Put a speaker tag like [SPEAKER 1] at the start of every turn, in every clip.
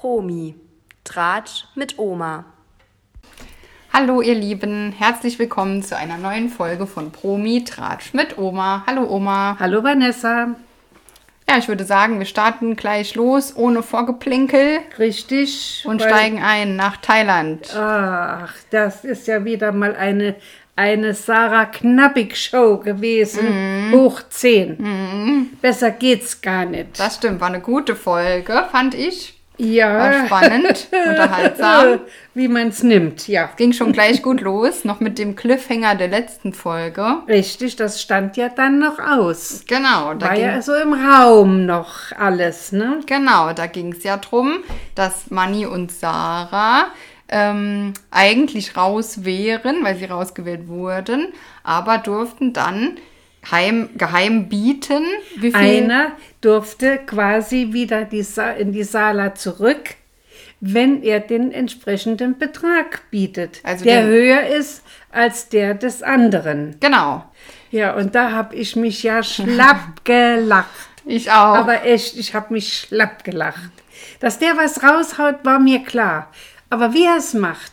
[SPEAKER 1] Omi. Tratsch mit Oma.
[SPEAKER 2] Hallo ihr Lieben, herzlich willkommen zu einer neuen Folge von Promi Tratsch mit Oma. Hallo Oma.
[SPEAKER 3] Hallo Vanessa.
[SPEAKER 2] Ja, ich würde sagen, wir starten gleich los ohne Vorgeplinkel
[SPEAKER 3] Richtig.
[SPEAKER 2] und
[SPEAKER 3] weil-
[SPEAKER 2] steigen ein nach Thailand.
[SPEAKER 3] Ach, das ist ja wieder mal eine, eine Sarah Knappig-Show
[SPEAKER 2] Mhm.
[SPEAKER 3] gewesen. Hoch 10. Besser geht's gar nicht.
[SPEAKER 2] Das stimmt, war eine gute Folge, fand ich. War
[SPEAKER 3] ja.
[SPEAKER 2] spannend, unterhaltsam.
[SPEAKER 3] Wie man's nimmt, ja.
[SPEAKER 2] Ging schon gleich gut los, noch mit dem Cliffhanger der letzten Folge.
[SPEAKER 3] Richtig, das stand ja dann noch aus.
[SPEAKER 2] Genau, da
[SPEAKER 3] War
[SPEAKER 2] ging
[SPEAKER 3] ja so im Raum noch alles, ne?
[SPEAKER 2] Genau, da ging es ja drum, dass Manni und Sarah ähm, eigentlich raus wären, weil sie rausgewählt wurden, aber durften dann heim, geheim bieten, wie viel.
[SPEAKER 3] Einer durfte quasi wieder die Sa in die Sala zurück, wenn er den entsprechenden Betrag bietet,
[SPEAKER 2] Also
[SPEAKER 3] der
[SPEAKER 2] den-
[SPEAKER 3] höher ist als der des anderen.
[SPEAKER 2] Genau,
[SPEAKER 3] Ja, und da habe ich mich ja schlapp gelacht.
[SPEAKER 2] ich auch.
[SPEAKER 3] Aber echt, ich habe mich schlapp gelacht. Dass der was raushaut, war mir klar. Aber wie er es macht,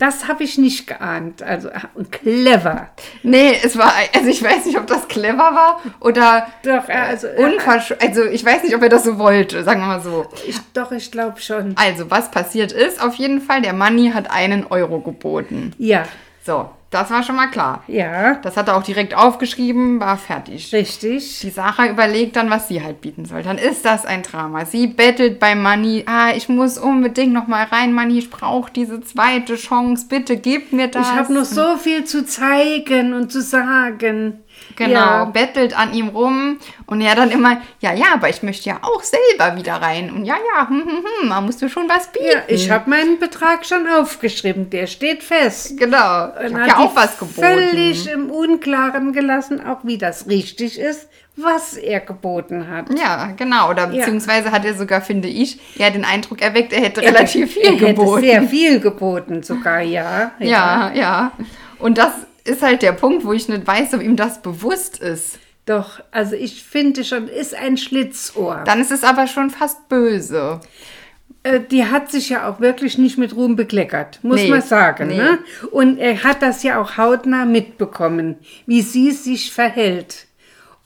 [SPEAKER 3] das habe ich nicht geahnt. Also und clever.
[SPEAKER 2] nee, es war, also ich weiß nicht, ob das clever war oder
[SPEAKER 3] Doch, er- also, er-
[SPEAKER 2] unversch... Also ich weiß nicht, ob er das so wollte, sagen wir mal so.
[SPEAKER 3] Ich, doch, ich glaube schon.
[SPEAKER 2] Also, was passiert ist, auf jeden Fall, der Manni hat einen Euro geboten.
[SPEAKER 3] Ja,
[SPEAKER 2] So, das war schon mal klar.
[SPEAKER 3] ja,
[SPEAKER 2] Das hat er auch direkt aufgeschrieben, war fertig.
[SPEAKER 3] richtig.
[SPEAKER 2] Die Sarah überlegt dann, was sie halt bieten soll. Dann ist das ein Drama. Sie bettelt bei Manni, ah, ich muss unbedingt noch mal rein, Manni, ich brauche diese zweite Chance, bitte gib mir das.
[SPEAKER 3] Ich habe noch so viel zu zeigen und zu sagen.
[SPEAKER 2] Genau,
[SPEAKER 3] Ja,
[SPEAKER 2] bettelt an ihm rum und er dann immer, ja, ja, aber ich möchte ja auch selber wieder rein. Und ja, ja, hm, hm, hm, man musst du schon was bieten.
[SPEAKER 3] ja ich habe meinen Betrag schon aufgeschrieben. Der steht fest.
[SPEAKER 2] Genau, ich
[SPEAKER 3] Und
[SPEAKER 2] habe
[SPEAKER 3] hat
[SPEAKER 2] ja
[SPEAKER 3] die
[SPEAKER 2] auch was geboten.
[SPEAKER 3] Völlig im Unklaren gelassen, auch wie das richtig ist, was er geboten hat.
[SPEAKER 2] Ja, genau. Oder
[SPEAKER 3] Ja.
[SPEAKER 2] beziehungsweise hat er sogar, finde ich, ja den Eindruck erweckt, er hätte relativ viel
[SPEAKER 3] er hätte
[SPEAKER 2] geboten.
[SPEAKER 3] sehr viel geboten sogar, ja.
[SPEAKER 2] Ja, ja. Und das ist halt der Punkt, wo ich nicht weiß, ob ihm das bewusst ist.
[SPEAKER 3] Doch, also ich finde schon, ist ein Schlitzohr.
[SPEAKER 2] Dann ist es aber schon fast böse.
[SPEAKER 3] Äh, die hat sich ja auch wirklich nicht mit Ruhm bekleckert, muss
[SPEAKER 2] Nee,
[SPEAKER 3] man sagen.
[SPEAKER 2] nee.
[SPEAKER 3] Ne? Und er hat das ja auch hautnah mitbekommen, wie sie sich verhält.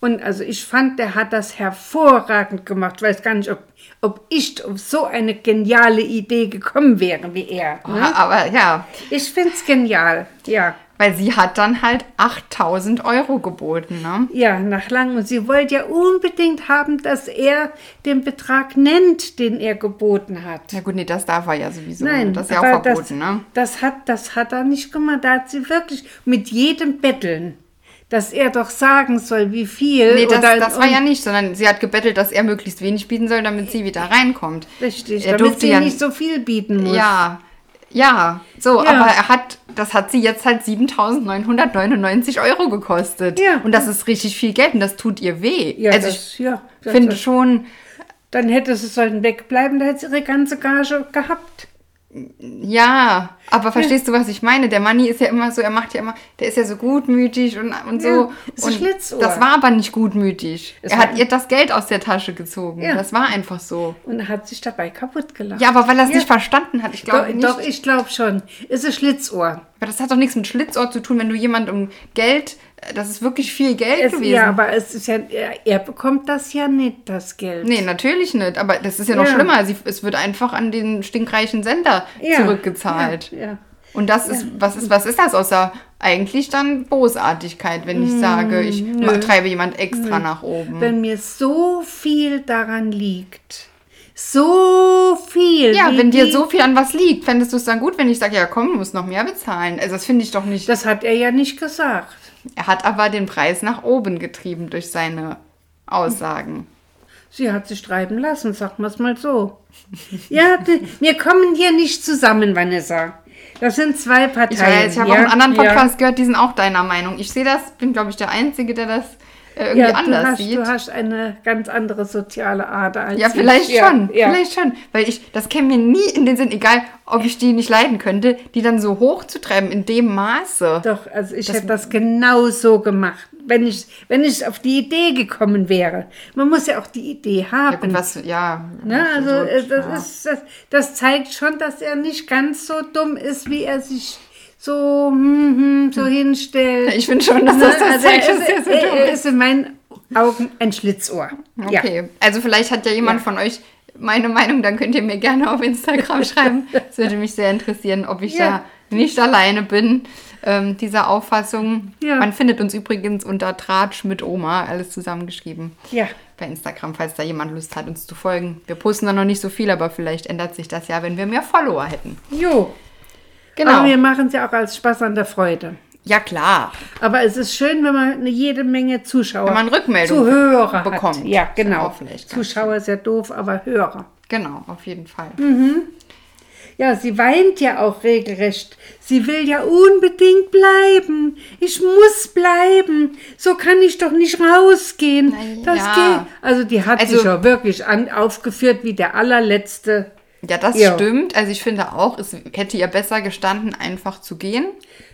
[SPEAKER 3] Und also ich fand, der hat das hervorragend gemacht. Weiß gar nicht, ob, ob ich auf so eine geniale Idee gekommen wäre wie er. Ne?
[SPEAKER 2] Ja, Aber ja,
[SPEAKER 3] Ich find's genial. Ja,
[SPEAKER 2] weil sie hat dann halt 8000 Euro geboten, ne?
[SPEAKER 3] ja, nach langem. Und sie wollte ja unbedingt haben, dass er den Betrag nennt, den er geboten hat.
[SPEAKER 2] Ja gut, nee, das darf er ja sowieso.
[SPEAKER 3] Nein,
[SPEAKER 2] das ist ja
[SPEAKER 3] aber
[SPEAKER 2] auch verboten,
[SPEAKER 3] das,
[SPEAKER 2] ne?
[SPEAKER 3] Das hat, das hat er nicht gemacht. Da hat sie wirklich mit jedem Betteln, dass er doch sagen soll, wie viel.
[SPEAKER 2] Nee, das,
[SPEAKER 3] oder,
[SPEAKER 2] das war ja nicht, sondern sie hat gebettelt, dass er möglichst wenig bieten soll, damit sie wieder reinkommt.
[SPEAKER 3] Richtig,
[SPEAKER 2] er
[SPEAKER 3] damit
[SPEAKER 2] durfte
[SPEAKER 3] sie
[SPEAKER 2] ja
[SPEAKER 3] nicht so viel bieten muss.
[SPEAKER 2] Ja, ja, so,
[SPEAKER 3] Ja.
[SPEAKER 2] aber er hat, das hat sie jetzt halt 7.999 Euro gekostet.
[SPEAKER 3] Ja.
[SPEAKER 2] Und das ist richtig viel Geld und das tut ihr weh.
[SPEAKER 3] Ja,
[SPEAKER 2] also
[SPEAKER 3] das, ja,
[SPEAKER 2] ich
[SPEAKER 3] das,
[SPEAKER 2] finde schon,
[SPEAKER 3] Dann hätte sie sollen wegbleiben, da hätte sie ihre ganze Gage gehabt.
[SPEAKER 2] ja, aber verstehst du, was ich meine? Der Manni ist ja immer so, er macht ja immer, der ist ja so gutmütig und, und
[SPEAKER 3] Ja,
[SPEAKER 2] so.
[SPEAKER 3] ist ein
[SPEAKER 2] und
[SPEAKER 3] Schlitzohr.
[SPEAKER 2] das war aber nicht gutmütig.
[SPEAKER 3] Es
[SPEAKER 2] er
[SPEAKER 3] war-
[SPEAKER 2] hat ihr das Geld aus der Tasche gezogen.
[SPEAKER 3] Ja.
[SPEAKER 2] Das war einfach so.
[SPEAKER 3] Und hat sich dabei kaputt gelacht.
[SPEAKER 2] Ja, aber weil er es
[SPEAKER 3] Ja.
[SPEAKER 2] nicht verstanden hat, ich
[SPEAKER 3] doch,
[SPEAKER 2] glaube nicht.
[SPEAKER 3] doch, ich glaube schon. Ist ein Schlitzohr.
[SPEAKER 2] Aber das hat doch nichts mit Schlitzohr zu tun, wenn du jemand um Geld, äh, das ist wirklich viel Geld
[SPEAKER 3] Es,
[SPEAKER 2] gewesen.
[SPEAKER 3] ja, aber es ist ja, er, er bekommt das ja nicht, das Geld.
[SPEAKER 2] Nee, natürlich nicht. Aber das ist ja noch
[SPEAKER 3] Ja.
[SPEAKER 2] schlimmer. Sie, es wird einfach an den stinkreichen Sender
[SPEAKER 3] Ja,
[SPEAKER 2] zurückgezahlt.
[SPEAKER 3] Ja, ja.
[SPEAKER 2] Und das ist, was ist, was ist das außer eigentlich dann Bosartigkeit, wenn
[SPEAKER 3] Hm,
[SPEAKER 2] ich sage, ich ma- treibe jemand extra nach oben.
[SPEAKER 3] wenn mir so viel daran liegt. So viel.
[SPEAKER 2] ja,
[SPEAKER 3] wie
[SPEAKER 2] wenn dir
[SPEAKER 3] die-
[SPEAKER 2] so viel an was liegt, fändest du es dann gut, wenn ich sage, ja komm, du musst noch mehr bezahlen. Also das finde ich doch nicht.
[SPEAKER 3] Das hat er ja nicht gesagt.
[SPEAKER 2] Er hat aber den Preis nach oben getrieben durch seine Aussagen.
[SPEAKER 3] Sie hat sich treiben lassen, sagen wir es mal so. Ja, die, wir kommen hier nicht zusammen, Vanessa. Das sind zwei Parteien.
[SPEAKER 2] Ich weiß, ich habe
[SPEAKER 3] ja,
[SPEAKER 2] auch einen anderen
[SPEAKER 3] ja.
[SPEAKER 2] Podcast gehört, die sind auch deiner Meinung. Ich sehe das, bin glaube ich der Einzige, der das äh, irgendwie anders
[SPEAKER 3] du hast,
[SPEAKER 2] sieht.
[SPEAKER 3] Du hast eine ganz andere soziale Ader als
[SPEAKER 2] Ja,
[SPEAKER 3] ich.
[SPEAKER 2] vielleicht
[SPEAKER 3] Ja,
[SPEAKER 2] schon.
[SPEAKER 3] Ja.
[SPEAKER 2] Vielleicht schon. Weil ich, das käme mir nie in den Sinn, egal ob ich die nicht leiden könnte, die dann so hoch zu treiben, in dem Maße.
[SPEAKER 3] Doch, also ich hätte das genau so gemacht, wenn ich, wenn ich auf die Idee gekommen wäre. Man muss ja auch die Idee
[SPEAKER 2] Ja, gut,
[SPEAKER 3] haben.
[SPEAKER 2] was, ja.
[SPEAKER 3] ne? Also
[SPEAKER 2] so,
[SPEAKER 3] äh, das,
[SPEAKER 2] ja.
[SPEAKER 3] ist, das, das zeigt schon, dass er nicht ganz so dumm ist, wie er sich so, hm, hm, so hinstellt.
[SPEAKER 2] Ich finde schon, dass das
[SPEAKER 3] Ne?
[SPEAKER 2] das
[SPEAKER 3] also
[SPEAKER 2] zeigt,
[SPEAKER 3] er,
[SPEAKER 2] dass
[SPEAKER 3] ist,
[SPEAKER 2] der so
[SPEAKER 3] er,
[SPEAKER 2] dumm
[SPEAKER 3] er
[SPEAKER 2] ist.
[SPEAKER 3] ist in meinen Augen ein Schlitzohr. äh, Ja.
[SPEAKER 2] Okay, also vielleicht hat ja jemand von euch meine Meinung, dann könnt ihr mir gerne auf Instagram schreiben. Es würde mich sehr interessieren, ob ich
[SPEAKER 3] Ja.
[SPEAKER 2] da nicht alleine bin, ähm, dieser Auffassung.
[SPEAKER 3] Ja.
[SPEAKER 2] Man findet uns übrigens unter Tratsch mit Oma, alles zusammengeschrieben.
[SPEAKER 3] Ja.
[SPEAKER 2] Bei Instagram, falls da jemand Lust hat, uns zu folgen. Wir posten da noch nicht so viel, aber vielleicht ändert sich das ja, wenn wir mehr Follower hätten.
[SPEAKER 3] Jo.
[SPEAKER 2] Genau.
[SPEAKER 3] Aber wir machen es ja auch als Spaß an der Freude.
[SPEAKER 2] Ja, klar.
[SPEAKER 3] Aber es ist schön, wenn man eine jede Menge Zuschauer,
[SPEAKER 2] Wenn man Rückmeldungen
[SPEAKER 3] Zuhörer
[SPEAKER 2] bekommt.
[SPEAKER 3] Hat. Ja,
[SPEAKER 2] Ist ja
[SPEAKER 3] genau.
[SPEAKER 2] auch vielleicht ganz
[SPEAKER 3] Zuschauer ist ja doof, aber Hörer.
[SPEAKER 2] Genau, auf jeden Fall.
[SPEAKER 3] Hm. Ja, sie weint ja auch regelrecht. Sie will ja unbedingt bleiben. Ich muss bleiben. So kann ich doch nicht rausgehen.
[SPEAKER 2] Na
[SPEAKER 3] das
[SPEAKER 2] ja.
[SPEAKER 3] geht. Also die hat
[SPEAKER 2] Also-
[SPEAKER 3] sich ja wirklich an, aufgeführt wie der allerletzte.
[SPEAKER 2] Ja, das
[SPEAKER 3] Ja.
[SPEAKER 2] stimmt. Also ich finde auch, es hätte ihr besser gestanden, einfach zu gehen.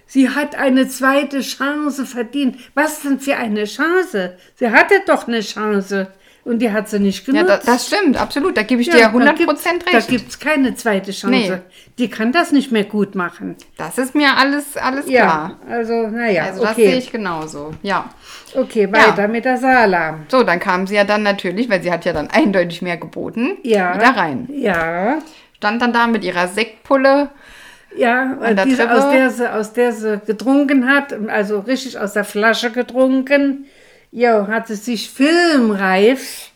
[SPEAKER 3] Sie hat eine zweite Chance verdient. Was denn für eine Chance? Sie hatte doch eine Chance. Und die hat sie nicht
[SPEAKER 2] Ja,
[SPEAKER 3] genutzt.
[SPEAKER 2] da, das stimmt, absolut. Da gebe ich dir
[SPEAKER 3] Ja,
[SPEAKER 2] ja 100%
[SPEAKER 3] Da
[SPEAKER 2] recht.
[SPEAKER 3] gibt es keine zweite Chance.
[SPEAKER 2] Nee.
[SPEAKER 3] Die kann das nicht mehr gut machen.
[SPEAKER 2] das ist mir alles, alles
[SPEAKER 3] Ja,
[SPEAKER 2] klar.
[SPEAKER 3] also naja,
[SPEAKER 2] Also das sehe
[SPEAKER 3] okay.
[SPEAKER 2] ich genauso. Ja.
[SPEAKER 3] Okay, weiter
[SPEAKER 2] Ja.
[SPEAKER 3] mit der Sala.
[SPEAKER 2] So, dann kam sie ja dann natürlich, weil sie hat ja dann eindeutig mehr geboten,
[SPEAKER 3] Ja.
[SPEAKER 2] wieder rein.
[SPEAKER 3] Ja,
[SPEAKER 2] Stand dann da mit ihrer Sektpulle.
[SPEAKER 3] ja,
[SPEAKER 2] der
[SPEAKER 3] diese,
[SPEAKER 2] Treppe?
[SPEAKER 3] aus, der sie, aus der sie getrunken hat, also richtig aus der Flasche getrunken, ja, hat sie sich filmreif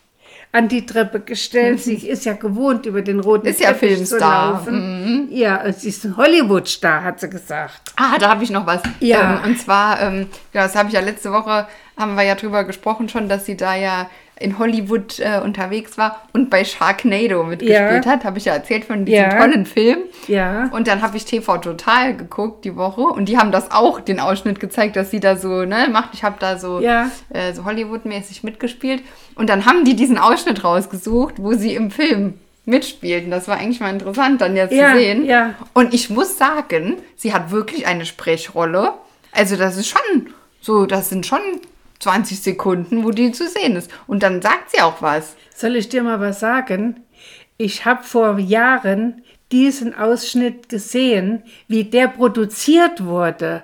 [SPEAKER 3] an die Treppe gestellt. sie ist ja gewohnt, über den roten
[SPEAKER 2] Ist ja
[SPEAKER 3] Teppich zu
[SPEAKER 2] Filmstar,
[SPEAKER 3] laufen. Ja, sie ist ein Hollywood-Star, hat sie gesagt.
[SPEAKER 2] Ah, da habe ich noch was.
[SPEAKER 3] Ja.
[SPEAKER 2] Ähm, und zwar, ähm, ja, das habe ich ja letzte Woche, haben wir ja drüber gesprochen schon, dass sie da ja in Hollywood äh, unterwegs war und bei Sharknado mitgespielt
[SPEAKER 3] Ja.
[SPEAKER 2] hat. Habe ich ja erzählt von diesem
[SPEAKER 3] Ja.
[SPEAKER 2] tollen Film.
[SPEAKER 3] Ja.
[SPEAKER 2] Und dann habe ich TV Total geguckt die Woche und die haben das auch, den Ausschnitt gezeigt, dass sie da so, ne, macht, ich habe da so,
[SPEAKER 3] Ja.
[SPEAKER 2] äh, so Hollywood-mäßig mitgespielt. Und dann haben die diesen Ausschnitt rausgesucht, wo sie im Film mitspielt. Und das war eigentlich mal interessant, dann jetzt
[SPEAKER 3] Ja,
[SPEAKER 2] zu sehen.
[SPEAKER 3] ja.
[SPEAKER 2] Und ich muss sagen, sie hat wirklich eine Sprechrolle. Also das ist schon so, das sind schon 20 Sekunden, wo die zu sehen ist. Und dann sagt sie auch was.
[SPEAKER 3] Soll ich dir mal was sagen? Ich habe vor Jahren diesen Ausschnitt gesehen, wie der produziert wurde.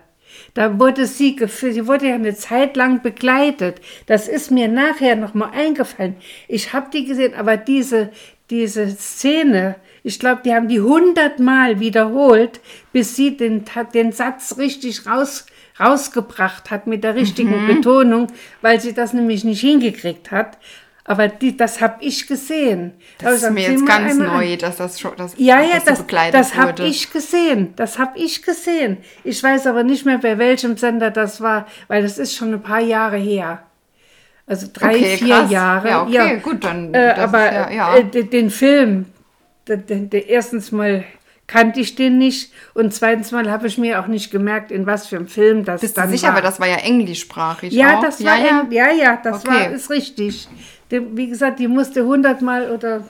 [SPEAKER 3] Da wurde sie, gef- sie wurde ja eine Zeit lang begleitet. Das ist mir nachher nochmal eingefallen. Ich habe die gesehen, aber diese, diese Szene, ich glaube, die haben die hundertmal wiederholt, bis sie den, Ta- den Satz richtig raus, rausgebracht hat mit der richtigen Betonung, weil sie das nämlich nicht hingekriegt hat. Aber die, das habe ich gesehen. Also,
[SPEAKER 2] Das ist mir jetzt ganz neu, dass das schon, dass,
[SPEAKER 3] Ja, ja,
[SPEAKER 2] dass sie
[SPEAKER 3] das,
[SPEAKER 2] begleitet
[SPEAKER 3] das habe
[SPEAKER 2] wurde.
[SPEAKER 3] ich gesehen. Das habe ich gesehen. Ich weiß aber nicht mehr, bei welchem Sender das war, weil das ist schon ein paar Jahre her. Also drei,
[SPEAKER 2] Okay,
[SPEAKER 3] vier
[SPEAKER 2] krass.
[SPEAKER 3] Jahre.
[SPEAKER 2] Ja, okay, gut, dann-
[SPEAKER 3] Äh,
[SPEAKER 2] das
[SPEAKER 3] aber
[SPEAKER 2] ist ja- ja.
[SPEAKER 3] Äh, den, den Film, den, den, den, erstens mal kannte ich den nicht und zweitens mal habe ich mir auch nicht gemerkt, in was für einem Film das
[SPEAKER 2] Bist du
[SPEAKER 3] dann
[SPEAKER 2] sicher,
[SPEAKER 3] war.
[SPEAKER 2] aber das war ja englischsprachig.
[SPEAKER 3] Ja,
[SPEAKER 2] auch.
[SPEAKER 3] das war ja, ja, ja das
[SPEAKER 2] Okay.
[SPEAKER 3] war ist richtig. Die, wie gesagt, die musste hundertmal oder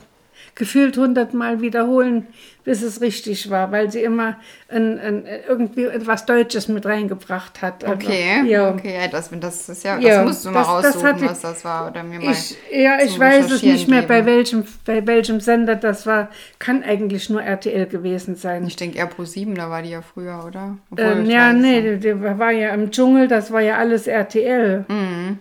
[SPEAKER 3] gefühlt hundertmal wiederholen, bis es richtig war, weil sie immer ein, ein, irgendwie etwas Deutsches mit reingebracht hat. Also,
[SPEAKER 2] Okay,
[SPEAKER 3] ja.
[SPEAKER 2] okay, ja, das, das ist ja,
[SPEAKER 3] Ja,
[SPEAKER 2] das musst du mal
[SPEAKER 3] das- das
[SPEAKER 2] raussuchen,
[SPEAKER 3] hatte-
[SPEAKER 2] was das war oder mir mal.
[SPEAKER 3] Ich, ja, ich
[SPEAKER 2] zum
[SPEAKER 3] weiß es nicht mehr, bei
[SPEAKER 2] Recherchieren
[SPEAKER 3] welchem, bei welchem Sender das war. Kann eigentlich nur RTL gewesen sein.
[SPEAKER 2] Ich denke eher pro 7, da war die ja früher, oder? Obwohl,
[SPEAKER 3] Ähm,
[SPEAKER 2] ich
[SPEAKER 3] ja,
[SPEAKER 2] weiß es
[SPEAKER 3] nee,
[SPEAKER 2] nicht.
[SPEAKER 3] die, die war ja im Dschungel, das war ja alles RTL.
[SPEAKER 2] Mhm.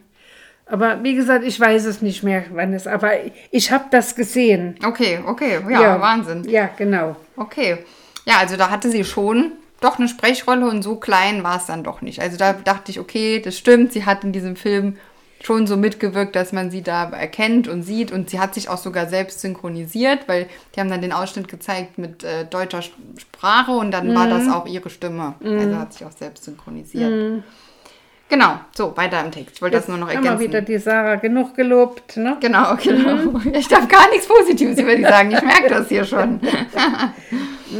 [SPEAKER 3] Aber wie gesagt, ich weiß es nicht mehr, wann es, aber ich habe das gesehen.
[SPEAKER 2] Okay, okay, ja, Wahnsinn.
[SPEAKER 3] Ja, genau.
[SPEAKER 2] Okay. Ja, also da hatte sie schon doch eine Sprechrolle und so klein war es dann doch nicht. Also da dachte ich, okay, das stimmt, sie hat in diesem Film schon so mitgewirkt, dass man sie da erkennt und sieht und sie hat sich auch sogar selbst synchronisiert, weil die haben dann den Ausschnitt gezeigt mit äh, deutscher Sch- Sprache und dann war
[SPEAKER 3] Mhm.
[SPEAKER 2] das auch ihre Stimme. Also hat sich auch selbst synchronisiert. Genau, so weiter im Text. Ich wollte das nur noch
[SPEAKER 3] Haben wir wieder
[SPEAKER 2] ergänzen.
[SPEAKER 3] die Mhm. Sarah genug gelobt, ne?
[SPEAKER 2] Genau, genau. Ich darf gar nichts Positives über die sagen. Ich merke das hier schon.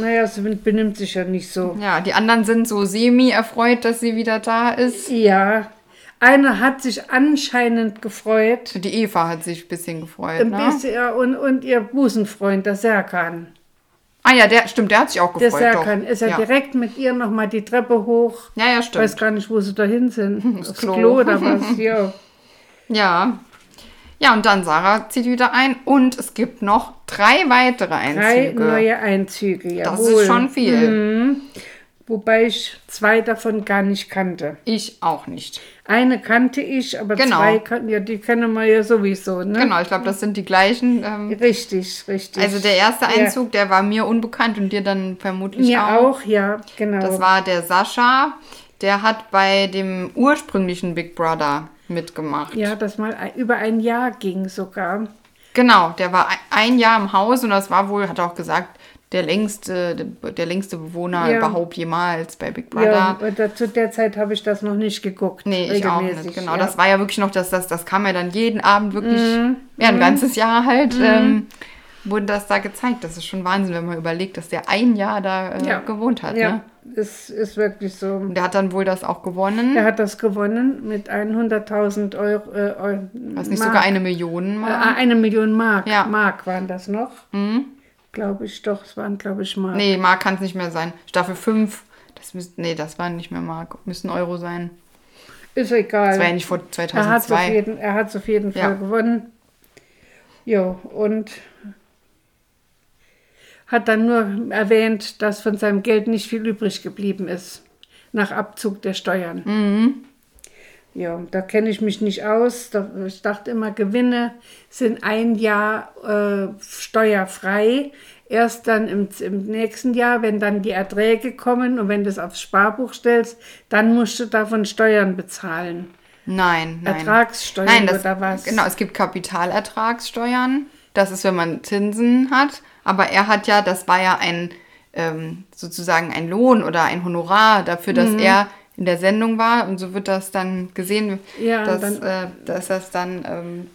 [SPEAKER 3] Naja, sie benimmt sich ja nicht so.
[SPEAKER 2] Ja, die anderen sind so semi erfreut, dass sie wieder da ist.
[SPEAKER 3] Ja, Einer hat sich anscheinend gefreut.
[SPEAKER 2] Die Eva hat sich ein bisschen gefreut,
[SPEAKER 3] Ein
[SPEAKER 2] ne?
[SPEAKER 3] bisschen, ja, und, und ihr Busenfreund, der Serkan.
[SPEAKER 2] Ah ja, der, stimmt, der hat sich auch
[SPEAKER 3] Der
[SPEAKER 2] gefreut.
[SPEAKER 3] Serkan
[SPEAKER 2] doch.
[SPEAKER 3] ist ja,
[SPEAKER 2] ja.
[SPEAKER 3] direkt mit ihr nochmal die Treppe hoch.
[SPEAKER 2] Ja, ja,
[SPEAKER 3] Ich weiß
[SPEAKER 2] stimmt.
[SPEAKER 3] gar nicht, wo sie da hin sind. Das
[SPEAKER 2] Klo.
[SPEAKER 3] Klo. oder was? Ja.
[SPEAKER 2] Ja. Ja, und dann Sarah zieht wieder ein und es gibt noch drei weitere
[SPEAKER 3] Drei
[SPEAKER 2] Einzüge.
[SPEAKER 3] neue Mhm. Einzüge,
[SPEAKER 2] das
[SPEAKER 3] jawohl.
[SPEAKER 2] ist schon viel.
[SPEAKER 3] Wobei ich zwei davon gar nicht kannte.
[SPEAKER 2] Ich auch nicht.
[SPEAKER 3] Eine kannte ich, aber
[SPEAKER 2] Genau.
[SPEAKER 3] zwei kannten, ja, die kennen wir ja sowieso, ne?
[SPEAKER 2] Genau, ich glaube, das sind die gleichen. Ähm,
[SPEAKER 3] Richtig, richtig.
[SPEAKER 2] also der erste
[SPEAKER 3] Ja.
[SPEAKER 2] Einzug, der war mir unbekannt und dir dann vermutlich
[SPEAKER 3] Mir
[SPEAKER 2] auch.
[SPEAKER 3] auch, ja, genau.
[SPEAKER 2] Das war der Sascha. Der hat bei dem ursprünglichen Big Brother mitgemacht.
[SPEAKER 3] ja, das mal ein- über ein Jahr ging sogar.
[SPEAKER 2] Genau, der war ein- ein Jahr im Haus und das war wohl, hat er auch gesagt, der längste, der längste Bewohner
[SPEAKER 3] Ja.
[SPEAKER 2] überhaupt jemals bei Big Brother.
[SPEAKER 3] Ja, oder zu der Zeit habe ich das noch nicht geguckt.
[SPEAKER 2] Nee, ich auch
[SPEAKER 3] regelmäßig,
[SPEAKER 2] nicht. Genau,
[SPEAKER 3] ja. Mhm.
[SPEAKER 2] das war ja wirklich noch, das, das, das kam ja dann jeden Abend wirklich, ja, ein ganzes Jahr halt, ähm, wurde das da gezeigt. Das ist schon Wahnsinn, wenn man überlegt, dass der ein Jahr da äh,
[SPEAKER 3] Ja.
[SPEAKER 2] gewohnt hat.
[SPEAKER 3] Ja,
[SPEAKER 2] Ne?
[SPEAKER 3] es ist wirklich so.
[SPEAKER 2] Und der hat dann wohl das auch gewonnen.
[SPEAKER 3] Er hat das gewonnen mit 100.000 Euro. Äh, Eu-
[SPEAKER 2] Was nicht
[SPEAKER 3] Mark.
[SPEAKER 2] sogar eine Million
[SPEAKER 3] Äh,
[SPEAKER 2] mal.
[SPEAKER 3] eine Million Mark.
[SPEAKER 2] Ja. Mhm.
[SPEAKER 3] Mark waren das noch. Glaube ich doch, es waren, glaube ich, Mark.
[SPEAKER 2] Nee, Mark kann es nicht mehr sein. Staffel 5, das müssten, nee, das waren nicht mehr Mark, müssten Euro sein.
[SPEAKER 3] Ist egal.
[SPEAKER 2] Das war ja nicht vor
[SPEAKER 3] Er hat es auf
[SPEAKER 2] 2002.
[SPEAKER 3] jeden, er hat's auf jeden
[SPEAKER 2] Ja.
[SPEAKER 3] Fall gewonnen. Jo, und hat dann nur erwähnt, dass von seinem Geld nicht viel übrig geblieben ist, nach Abzug der Steuern. Ja, da kenne ich mich nicht aus. Da, ich dachte immer, Gewinne sind ein Jahr äh, steuerfrei. Erst dann im, im nächsten Jahr, wenn dann die Erträge kommen und wenn du es aufs Sparbuch stellst, dann musst du davon Steuern bezahlen.
[SPEAKER 2] Nein, nein.
[SPEAKER 3] Ertragssteuern
[SPEAKER 2] nein, das,
[SPEAKER 3] oder was?
[SPEAKER 2] Genau, es gibt Kapitalertragssteuern. Das ist, wenn man Zinsen hat. Aber er hat ja, das war ja ein ähm, sozusagen ein Lohn oder ein Honorar dafür, dass
[SPEAKER 3] Mhm.
[SPEAKER 2] er in der Sendung war. Und so wird das dann gesehen,
[SPEAKER 3] Ja,
[SPEAKER 2] dass,
[SPEAKER 3] dann-
[SPEAKER 2] äh, dass das dann ähm,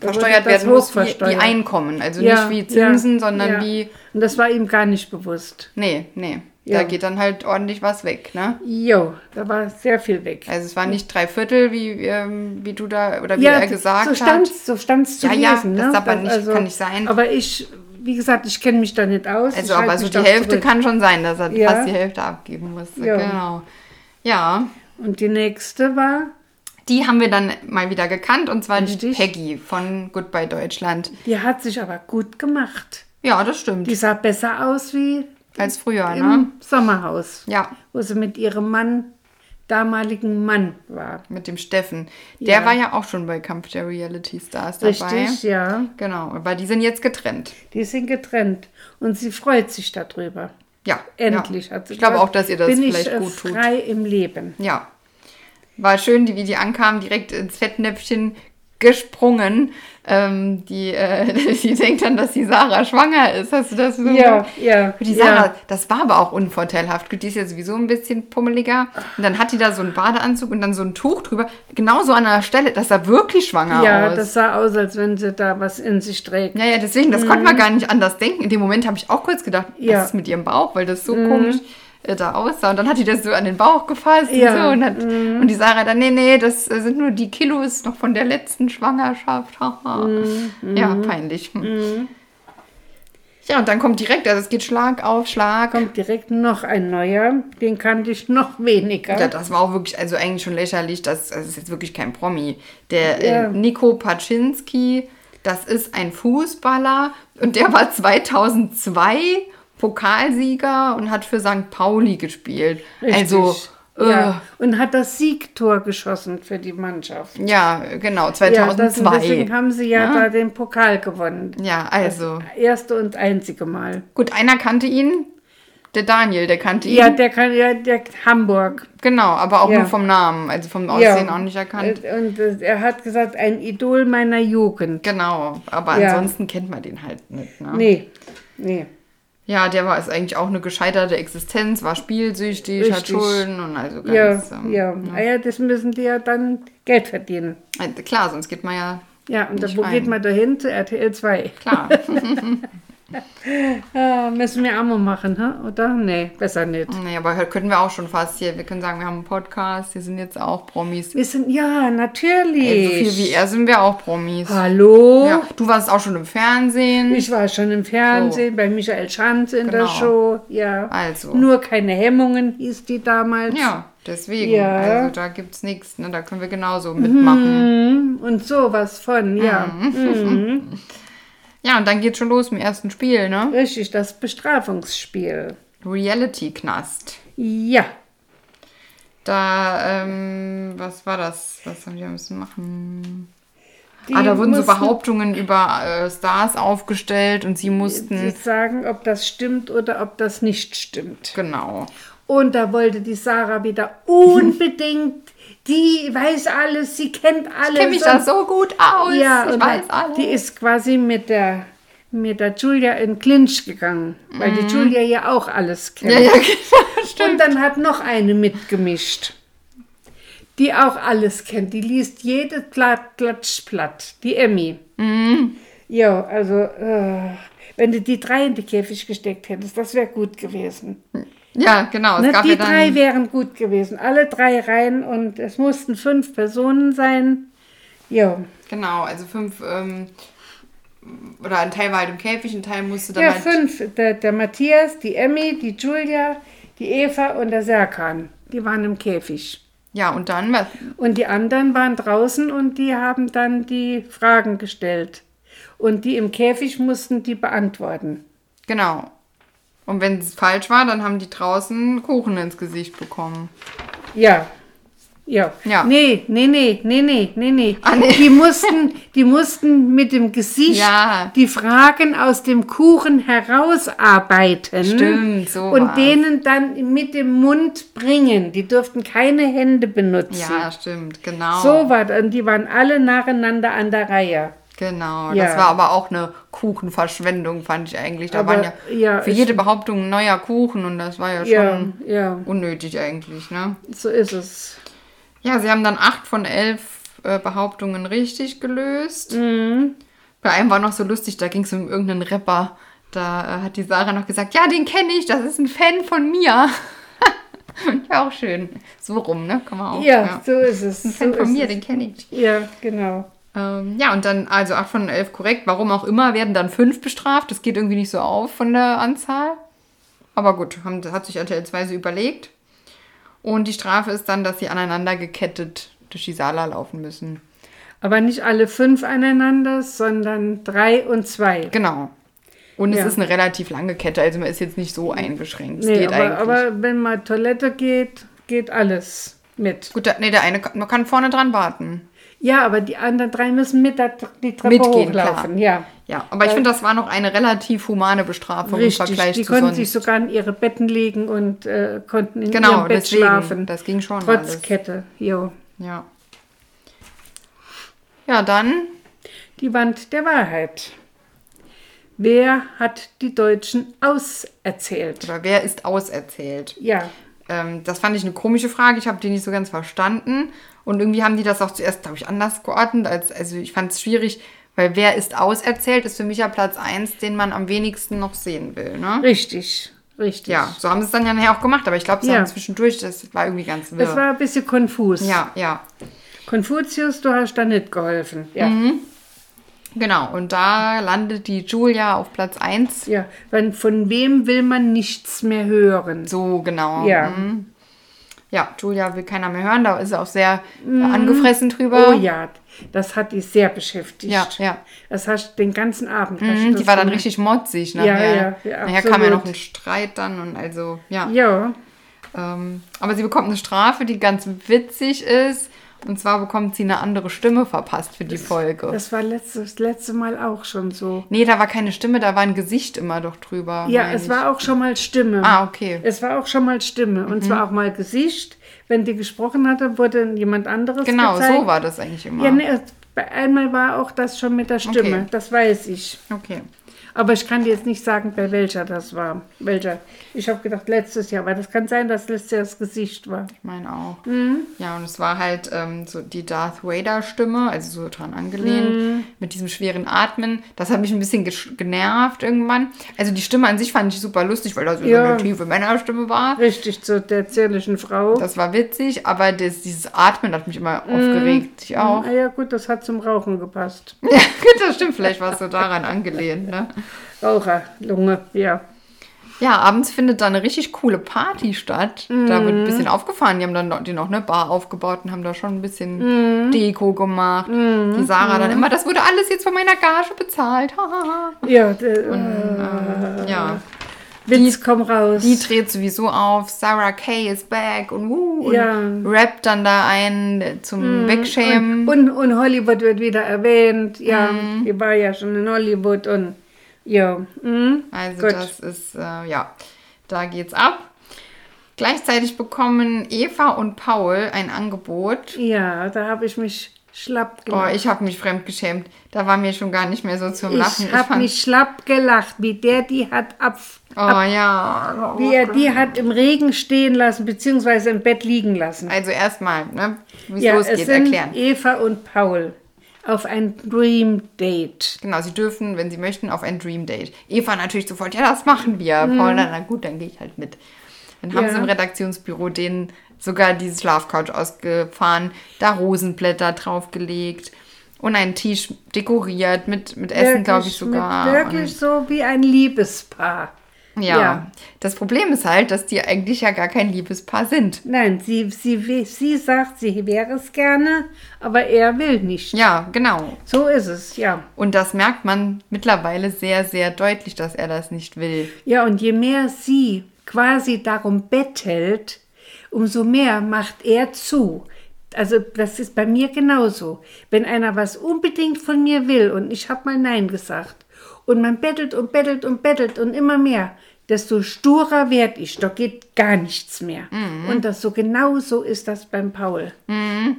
[SPEAKER 3] wird
[SPEAKER 2] versteuert
[SPEAKER 3] das
[SPEAKER 2] werden muss wie, wie
[SPEAKER 3] hochversteuert.
[SPEAKER 2] Einkommen. Also
[SPEAKER 3] Ja,
[SPEAKER 2] nicht wie Zinsen,
[SPEAKER 3] ja,
[SPEAKER 2] sondern
[SPEAKER 3] ja.
[SPEAKER 2] wie.
[SPEAKER 3] Und das war ihm gar nicht bewusst.
[SPEAKER 2] Nee, nee. Da
[SPEAKER 3] Ja.
[SPEAKER 2] geht dann halt ordentlich was weg, ne?
[SPEAKER 3] Jo, da war sehr viel weg.
[SPEAKER 2] Also es war nicht drei Viertel, wie, ähm, wie du da oder wie er gesagt
[SPEAKER 3] so
[SPEAKER 2] hat.
[SPEAKER 3] stand's, so stand's zu
[SPEAKER 2] Ja, ja,
[SPEAKER 3] lesen.
[SPEAKER 2] das
[SPEAKER 3] ne?
[SPEAKER 2] darf man nicht- kann nicht sein.
[SPEAKER 3] Aber ich, wie gesagt, ich kenne mich da nicht aus.
[SPEAKER 2] Also,
[SPEAKER 3] ich halt
[SPEAKER 2] aber so
[SPEAKER 3] mich
[SPEAKER 2] die
[SPEAKER 3] da
[SPEAKER 2] Hälfte
[SPEAKER 3] zurück.
[SPEAKER 2] kann schon sein, dass er
[SPEAKER 3] Ja.
[SPEAKER 2] fast die Hälfte abgeben muss.
[SPEAKER 3] Ja.
[SPEAKER 2] Genau. Ja,
[SPEAKER 3] Und die nächste war,
[SPEAKER 2] die haben wir dann mal wieder gekannt und zwar die
[SPEAKER 3] Richtig.
[SPEAKER 2] Peggy von Goodbye Deutschland.
[SPEAKER 3] die hat sich aber gut gemacht.
[SPEAKER 2] Ja, das stimmt.
[SPEAKER 3] Die sah besser aus wie
[SPEAKER 2] Als früher, ne?
[SPEAKER 3] im Sommerhaus,
[SPEAKER 2] Ja,
[SPEAKER 3] wo sie mit ihrem Mann, damaligen Mann war.
[SPEAKER 2] mit dem Steffen. Der
[SPEAKER 3] Ja.
[SPEAKER 2] war ja auch schon bei Kampf der Reality Stars dabei.
[SPEAKER 3] Richtig, ja.
[SPEAKER 2] Genau, aber die sind jetzt getrennt.
[SPEAKER 3] Die sind getrennt und sie freut sich darüber.
[SPEAKER 2] Ja.
[SPEAKER 3] Endlich
[SPEAKER 2] ja.
[SPEAKER 3] hat sie
[SPEAKER 2] Ich glaube
[SPEAKER 3] gesagt,
[SPEAKER 2] auch, dass ihr das
[SPEAKER 3] bin
[SPEAKER 2] vielleicht
[SPEAKER 3] ich, äh,
[SPEAKER 2] gut tut.
[SPEAKER 3] frei im Leben.
[SPEAKER 2] Ja. War schön, die- wie die ankamen, direkt ins Fettnäpfchen gesprungen. Ähm, die, äh, die denkt dann, dass die Sarah schwanger ist. Hast du das so?
[SPEAKER 3] Ja, ja,
[SPEAKER 2] Die
[SPEAKER 3] ja.
[SPEAKER 2] Sarah, das war aber auch unvorteilhaft. Gut, Die ist ja sowieso ein bisschen pummeliger. Und dann hat die da so einen Badeanzug und dann so ein Tuch drüber. Genauso an der Stelle, das sah wirklich schwanger
[SPEAKER 3] Ja,
[SPEAKER 2] aus.
[SPEAKER 3] das sah aus, als wenn sie da was in sich trägt.
[SPEAKER 2] ja, ja, deswegen, das konnte man gar nicht anders denken. In dem Moment habe ich auch kurz gedacht,
[SPEAKER 3] Mhm. Ja. Mhm.
[SPEAKER 2] was ist mit ihrem Bauch, weil das so komisch äh, da aussah. Und dann hat die das so an den Bauch gefasst und
[SPEAKER 3] Ja. Mhm.
[SPEAKER 2] so. Und, hat, und die Sarah dann, nee, nee, das äh, sind nur die Kilos noch von der letzten Schwangerschaft. Haha.
[SPEAKER 3] Mhm.
[SPEAKER 2] Ja, peinlich. Hm. Ja, und dann kommt direkt, also es geht Schlag auf Schlag.
[SPEAKER 3] Kommt direkt noch ein neuer, den kannte ich noch weniger.
[SPEAKER 2] Ja, das war auch wirklich, also eigentlich schon lächerlich, das, das ist jetzt wirklich kein Promi. Der äh,
[SPEAKER 3] Ja.
[SPEAKER 2] Nico Paczynski, das ist ein Fußballer und der war 2002 Pokalsieger und hat für St. Pauli gespielt.
[SPEAKER 3] Richtig.
[SPEAKER 2] Also, äh, ja.
[SPEAKER 3] ja. Und hat das Siegtor geschossen für die Mannschaft.
[SPEAKER 2] genau,
[SPEAKER 3] Ja, das,
[SPEAKER 2] 2002.
[SPEAKER 3] deswegen
[SPEAKER 2] Ja,
[SPEAKER 3] haben sie ja, da den Pokal gewonnen.
[SPEAKER 2] also,
[SPEAKER 3] Erste und einzige Mal.
[SPEAKER 2] gut, einer kannte ihn, der Daniel, der kannte ihn.
[SPEAKER 3] Ja, der kann ja, der Hamburg.
[SPEAKER 2] genau, aber auch
[SPEAKER 3] Ja.
[SPEAKER 2] nur vom Namen, also vom Aussehen
[SPEAKER 3] ja.
[SPEAKER 2] auch nicht erkannt.
[SPEAKER 3] Und äh, er hat gesagt, ein Idol meiner Jugend.
[SPEAKER 2] Genau, aber
[SPEAKER 3] Ja.
[SPEAKER 2] ansonsten kennt man den halt nicht. Ne?
[SPEAKER 3] Nee, nee.
[SPEAKER 2] Ja, der war ist eigentlich auch eine gescheiterte Existenz, war spielsüchtig, hat
[SPEAKER 3] Richtig.
[SPEAKER 2] Schulden und also
[SPEAKER 3] Ja,
[SPEAKER 2] ganz. ähm,
[SPEAKER 3] ja. Ah ja, das müssen die ja dann Geld verdienen.
[SPEAKER 2] äh, Klar, sonst geht man ja
[SPEAKER 3] Ja, und da,
[SPEAKER 2] Nicht
[SPEAKER 3] wo
[SPEAKER 2] rein.
[SPEAKER 3] geht man da hin? Zu RTL 2.
[SPEAKER 2] klar.
[SPEAKER 3] Äh, müssen wir auch mal machen, hä? oder? Nee, besser nicht.
[SPEAKER 2] Nee, aber heute können wir auch schon fast hier. Wir können sagen, wir haben einen Podcast, wir sind jetzt auch Promis.
[SPEAKER 3] Wir sind, ja, natürlich.
[SPEAKER 2] Ey, so viel wie er sind wir auch Promis.
[SPEAKER 3] Hallo?
[SPEAKER 2] Ja, du warst auch schon im Fernsehen.
[SPEAKER 3] Ich war schon im Fernsehen, bei Michael Schanz in der
[SPEAKER 2] Genau.
[SPEAKER 3] Show. Ja.
[SPEAKER 2] Also.
[SPEAKER 3] Nur keine Hemmungen hieß die damals.
[SPEAKER 2] Ja, deswegen.
[SPEAKER 3] Ja.
[SPEAKER 2] Also da gibt's nichts, ne? Da können wir genauso mitmachen.
[SPEAKER 3] Mhm, Und sowas von, ja.
[SPEAKER 2] Mhm. Ja, und dann geht's schon los mit dem ersten Spiel, ne?
[SPEAKER 3] Richtig, das Bestrafungsspiel.
[SPEAKER 2] Reality-Knast.
[SPEAKER 3] Ja.
[SPEAKER 2] Da, ähm, was war das? Was haben wir müssen machen?
[SPEAKER 3] Die
[SPEAKER 2] ah, da wurden so
[SPEAKER 3] mussten
[SPEAKER 2] Behauptungen über äh, Stars aufgestellt und sie mussten.
[SPEAKER 3] die sagen, ob das stimmt oder ob das nicht stimmt.
[SPEAKER 2] Genau.
[SPEAKER 3] Und da wollte die Sarah wieder unbedingt, die weiß alles, sie kennt alles.
[SPEAKER 2] Ich kenne mich
[SPEAKER 3] und-
[SPEAKER 2] da so gut aus.
[SPEAKER 3] Ja,
[SPEAKER 2] ich
[SPEAKER 3] und
[SPEAKER 2] weiß
[SPEAKER 3] da-
[SPEAKER 2] alles.
[SPEAKER 3] die ist quasi mit der, mit der Julia in Clinch gegangen, weil die Julia ja auch alles kennt.
[SPEAKER 2] Mhm. ja, ja, genau, stimmt.
[SPEAKER 3] Und dann hat noch eine mitgemischt, die auch alles kennt. Die liest jedes Blatt, Klatschblatt, die Emmy.
[SPEAKER 2] Mhm.
[SPEAKER 3] Ja, also, äh, wenn du die drei in den Käfig gesteckt hättest, das wäre gut gewesen.
[SPEAKER 2] Ja, genau. Es
[SPEAKER 3] Ne,
[SPEAKER 2] gab
[SPEAKER 3] die
[SPEAKER 2] ja
[SPEAKER 3] drei
[SPEAKER 2] dann.
[SPEAKER 3] wären gut gewesen. Alle drei rein und es mussten fünf Personen sein. Ja,
[SPEAKER 2] Genau, also fünf. Ähm, oder ein Teil war halt im Käfig, ein Teil musste dann
[SPEAKER 3] ja
[SPEAKER 2] halt.
[SPEAKER 3] fünf. Der, der Matthias, die Emmy, die Julia, die Eva und der Serkan. Die waren im Käfig.
[SPEAKER 2] Ja, und dann. Was,
[SPEAKER 3] Und die anderen waren draußen und die haben dann die Fragen gestellt. Und die im Käfig mussten die beantworten.
[SPEAKER 2] genau. Und wenn es falsch war, dann haben die draußen Kuchen ins Gesicht bekommen.
[SPEAKER 3] Ja. Ja.
[SPEAKER 2] Ja.
[SPEAKER 3] Nee, nee, nee, nee, nee, nee, nee.
[SPEAKER 2] Ah, nee.
[SPEAKER 3] Die, mussten, die mussten mit dem Gesicht
[SPEAKER 2] Ja.
[SPEAKER 3] die Fragen aus dem Kuchen herausarbeiten.
[SPEAKER 2] Stimmt, so
[SPEAKER 3] Und
[SPEAKER 2] war's.
[SPEAKER 3] denen dann mit dem Mund bringen. Die durften keine Hände benutzen.
[SPEAKER 2] Ja, stimmt, genau.
[SPEAKER 3] So war das. Und die waren alle nacheinander an der Reihe.
[SPEAKER 2] Genau,
[SPEAKER 3] Ja.
[SPEAKER 2] das war aber auch eine Kuchenverschwendung, fand ich eigentlich. Da
[SPEAKER 3] Aber,
[SPEAKER 2] waren ja,
[SPEAKER 3] ja,
[SPEAKER 2] für
[SPEAKER 3] ich-
[SPEAKER 2] jede Behauptung ein neuer Kuchen und das war ja
[SPEAKER 3] Ja,
[SPEAKER 2] schon
[SPEAKER 3] ja,
[SPEAKER 2] unnötig eigentlich, ne?
[SPEAKER 3] so ist es.
[SPEAKER 2] Ja, sie haben dann acht von elf äh, Behauptungen richtig gelöst.
[SPEAKER 3] Mhm.
[SPEAKER 2] Bei einem war noch so lustig, da ging es um irgendeinen Rapper. Da äh, hat die Sarah noch gesagt, ja, den kenne ich, das ist ein Fan von mir. ja, auch schön. So rum, ne? Kann man auch.
[SPEAKER 3] Ja, so ist es.
[SPEAKER 2] Ein
[SPEAKER 3] So
[SPEAKER 2] Fan von
[SPEAKER 3] ist
[SPEAKER 2] mir,
[SPEAKER 3] es.
[SPEAKER 2] den kenne ich.
[SPEAKER 3] Ja, genau.
[SPEAKER 2] Ähm, ja, und dann, also 8 von 11 korrekt. Warum auch immer, werden dann 5 bestraft. Das geht irgendwie nicht so auf von der Anzahl. Aber gut, haben, hat sich RTL 2 so überlegt. Und die Strafe ist dann, dass sie aneinander gekettet durch die Sala laufen müssen.
[SPEAKER 3] Aber nicht alle fünf aneinander, sondern drei und zwei.
[SPEAKER 2] Genau. Und es
[SPEAKER 3] Ja.
[SPEAKER 2] ist eine relativ lange Kette, also man ist jetzt nicht so eingeschränkt. Es
[SPEAKER 3] Nee,
[SPEAKER 2] geht
[SPEAKER 3] aber,
[SPEAKER 2] eigentlich.
[SPEAKER 3] aber wenn mal Toilette geht, geht alles mit.
[SPEAKER 2] gut, da, nee, der eine, kann- man kann vorne dran warten.
[SPEAKER 3] Ja, aber die anderen drei müssen mit der, die Treppe
[SPEAKER 2] Mitgehen,
[SPEAKER 3] hochlaufen.
[SPEAKER 2] klar.
[SPEAKER 3] Ja,
[SPEAKER 2] Ja, aber ich finde, das war noch eine relativ humane Bestrafung im
[SPEAKER 3] richtig.
[SPEAKER 2] Vergleich
[SPEAKER 3] Die
[SPEAKER 2] zu
[SPEAKER 3] konnten
[SPEAKER 2] sonst.
[SPEAKER 3] sich sogar in ihre Betten legen und äh, konnten in
[SPEAKER 2] Genau,
[SPEAKER 3] ihrem Bett
[SPEAKER 2] deswegen.
[SPEAKER 3] schlafen.
[SPEAKER 2] Das ging schon
[SPEAKER 3] Trotz
[SPEAKER 2] alles.
[SPEAKER 3] Kette, jo.
[SPEAKER 2] ja. Ja, dann
[SPEAKER 3] Die Wand der Wahrheit. Wer hat die Deutschen auserzählt?
[SPEAKER 2] Oder wer ist auserzählt?
[SPEAKER 3] Ja,
[SPEAKER 2] Ähm, das fand ich eine komische Frage. Ich habe die nicht so ganz verstanden. Und irgendwie haben die das auch zuerst, glaube ich, anders geordnet. Als, also ich fand es schwierig, weil wer ist auserzählt, ist für mich ja Platz 1, den man am wenigsten noch sehen will. Ne?
[SPEAKER 3] richtig, richtig.
[SPEAKER 2] Ja, so haben sie es dann ja nachher auch gemacht. Aber ich glaube, sie
[SPEAKER 3] Ja.
[SPEAKER 2] haben zwischendurch, das war irgendwie ganz
[SPEAKER 3] Es
[SPEAKER 2] wirr.
[SPEAKER 3] war ein bisschen konfus.
[SPEAKER 2] Ja, ja,
[SPEAKER 3] Konfuzius, du hast da nicht geholfen. Ja.
[SPEAKER 2] Mhm. genau. Und da landet die Julia auf Platz 1.
[SPEAKER 3] ja. Wenn, von wem will man nichts mehr hören?
[SPEAKER 2] So genau.
[SPEAKER 3] Ja.
[SPEAKER 2] Mhm. Ja, Julia will keiner mehr hören. Da ist sie auch sehr äh, angefressen drüber.
[SPEAKER 3] Mhm. Oh ja, das hat dich sehr beschäftigt.
[SPEAKER 2] Ja, ja.
[SPEAKER 3] Das hast du den ganzen Abend.
[SPEAKER 2] Mhm, die war dann richtig motzig nachher.
[SPEAKER 3] ja, ja,
[SPEAKER 2] nachher kam ja
[SPEAKER 3] absolut.
[SPEAKER 2] noch ein Streit dann und also, ja.
[SPEAKER 3] Ja,
[SPEAKER 2] Ähm, aber sie bekommt eine Strafe, die ganz witzig ist. Und zwar bekommt sie eine andere Stimme verpasst für die Folge.
[SPEAKER 3] das war letztes, das letzte Mal auch schon so.
[SPEAKER 2] Nee, da war keine Stimme, da war ein Gesicht immer doch drüber.
[SPEAKER 3] Ja,
[SPEAKER 2] meine
[SPEAKER 3] es
[SPEAKER 2] ich.
[SPEAKER 3] war auch schon mal Stimme.
[SPEAKER 2] Oh Ah, okay. Mhm.
[SPEAKER 3] Es war auch schon mal Stimme. Und zwar auch mal Gesicht. Wenn die gesprochen hatte, wurde jemand anderes
[SPEAKER 2] Genau,
[SPEAKER 3] gezeigt.
[SPEAKER 2] so war
[SPEAKER 3] ne-
[SPEAKER 2] das eigentlich immer.
[SPEAKER 3] Ja, ne, es- bei einmal war auch das schon mit der Stimme.
[SPEAKER 2] Okay.
[SPEAKER 3] Das weiß ich.
[SPEAKER 2] Okay.
[SPEAKER 3] Aber ich kann dir jetzt nicht sagen, bei welcher das war. Welcher. Ich habe gedacht, letztes Jahr, weil das kann sein, dass letztes Jahr das Gesicht war.
[SPEAKER 2] Ich meine auch. Ja, und es war halt ähm, so die Darth Vader-Stimme, also so dran angelehnt, mit diesem schweren Atmen. Das hat mich ein bisschen gesch- genervt irgendwann. Also die Stimme an sich fand ich super lustig, weil das so
[SPEAKER 3] Ja.
[SPEAKER 2] eine tiefe Männerstimme war.
[SPEAKER 3] Richtig, zu der zierlichen Frau.
[SPEAKER 2] Das war witzig, aber das, dieses Atmen hat mich immer aufgeregt. Ich auch.
[SPEAKER 3] Ah ja, gut, das hat zum Rauchen gepasst.
[SPEAKER 2] Ja, gut, das stimmt. Vielleicht warst du daran angelehnt, ne?
[SPEAKER 3] Raucher, Lunge, ja.
[SPEAKER 2] Ja, abends findet da eine richtig coole Party statt. Da
[SPEAKER 3] Mhm.
[SPEAKER 2] wird ein bisschen aufgefahren. Die haben dann noch, die noch eine Bar aufgebaut und haben da schon ein bisschen
[SPEAKER 3] Mhm.
[SPEAKER 2] Deko gemacht. Die Sarah dann immer, das wurde alles jetzt von meiner Gage bezahlt. hahaha.
[SPEAKER 3] Ja, der, äh,
[SPEAKER 2] ja,
[SPEAKER 3] Witz, komm raus.
[SPEAKER 2] die dreht sowieso auf. Sarah Kay is back und, wuh, und
[SPEAKER 3] Ja. Mhm.
[SPEAKER 2] rappt dann da ein zum Wegschämen.
[SPEAKER 3] und, und Hollywood wird wieder erwähnt. Ja,
[SPEAKER 2] Mhm.
[SPEAKER 3] wir waren ja schon in Hollywood und ja. Mhm.
[SPEAKER 2] Also
[SPEAKER 3] Gut.
[SPEAKER 2] das ist, äh, ja, da geht's ab. Gleichzeitig bekommen Eva und Paul ein Angebot
[SPEAKER 3] Ja, da habe ich mich schlapp
[SPEAKER 2] Oh,
[SPEAKER 3] gemacht.
[SPEAKER 2] ich habe mich fremdgeschämt. Da war mir schon gar nicht mehr so zum Lachen.
[SPEAKER 3] ich habe
[SPEAKER 2] fand-
[SPEAKER 3] mich schlapp gelacht, wie der die hat ab,
[SPEAKER 2] Oh ja.
[SPEAKER 3] wie er die hat im Regen stehen lassen, beziehungsweise im Bett liegen lassen.
[SPEAKER 2] Also erstmal, ne, wie es
[SPEAKER 3] ja, es
[SPEAKER 2] losgeht,
[SPEAKER 3] sind
[SPEAKER 2] erklären.
[SPEAKER 3] Eva und Paul auf ein Dream Date.
[SPEAKER 2] Genau, sie dürfen, wenn sie möchten, auf ein Dream Date. Eva natürlich sofort, ja, das machen wir. Paul, dann, na gut, dann gehe ich halt mit. Dann haben
[SPEAKER 3] Mhm. Ja.
[SPEAKER 2] sie im Redaktionsbüro denen sogar diese Schlafcouch ausgefahren, da Rosenblätter draufgelegt und einen Tisch dekoriert mit, mit Essen, glaube ich,
[SPEAKER 3] Wirklich mit-
[SPEAKER 2] sogar.
[SPEAKER 3] Wirklich so wie ein Liebespaar.
[SPEAKER 2] und, ja.
[SPEAKER 3] ja.
[SPEAKER 2] Das Problem ist halt, dass die eigentlich ja gar kein Liebespaar sind.
[SPEAKER 3] Nein, sie, sie, will- sie sagt, sie wäre es gerne, aber er will nicht.
[SPEAKER 2] Ja, genau.
[SPEAKER 3] So ist es, ja.
[SPEAKER 2] Und das merkt man mittlerweile sehr, sehr deutlich, dass er das nicht will.
[SPEAKER 3] Ja, und je mehr sie quasi darum bettelt, umso mehr macht er zu. Also das ist bei mir genauso. Wenn einer was unbedingt von mir will und ich habe mal Nein gesagt und man bettelt und bettelt und bettelt und immer mehr, desto sturer werd ich, da geht gar nichts mehr.
[SPEAKER 2] Mhm.
[SPEAKER 3] Und das so genau so ist das beim Paul.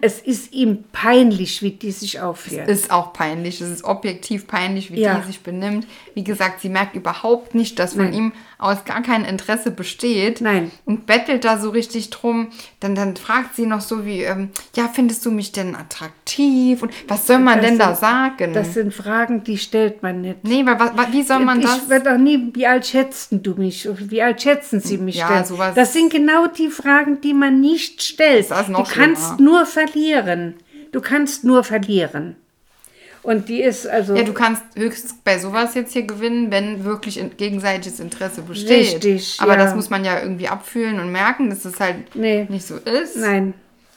[SPEAKER 3] Es ist ihm peinlich, wie die sich aufführen.
[SPEAKER 2] Ist auch peinlich, es ist objektiv peinlich, wie
[SPEAKER 3] Ja.
[SPEAKER 2] die sich benimmt. Wie gesagt, sie merkt überhaupt nicht, dass von ihm aus gar kein Interesse besteht.
[SPEAKER 3] Nein.
[SPEAKER 2] Und bettelt da so richtig drum. Dann, dann fragt sie noch so wie, ähm, ja, findest du mich denn attraktiv? Und was soll man
[SPEAKER 3] Das
[SPEAKER 2] denn da
[SPEAKER 3] sind-
[SPEAKER 2] sagen?
[SPEAKER 3] Das sind Fragen, die stellt man nicht.
[SPEAKER 2] nee, weil wa, wa, wie soll man
[SPEAKER 3] ich
[SPEAKER 2] das?
[SPEAKER 3] werde auch nie, wie alt schätzen du mich? Wie alt schätzen sie mich
[SPEAKER 2] Ja,
[SPEAKER 3] denn?
[SPEAKER 2] sowas-
[SPEAKER 3] das sind genau die Fragen, die man nicht stellt.
[SPEAKER 2] Das ist noch
[SPEAKER 3] du kannst
[SPEAKER 2] schlimmer.
[SPEAKER 3] nur verlieren. Du kannst nur verlieren. Und die ist also
[SPEAKER 2] Ja, du kannst höchstens bei sowas jetzt hier gewinnen, wenn wirklich in- gegenseitiges Interesse besteht.
[SPEAKER 3] Richtig,
[SPEAKER 2] Aber
[SPEAKER 3] ja.
[SPEAKER 2] das muss man ja irgendwie abfühlen und merken, dass es halt
[SPEAKER 3] Nee.
[SPEAKER 2] nicht so ist.
[SPEAKER 3] nein.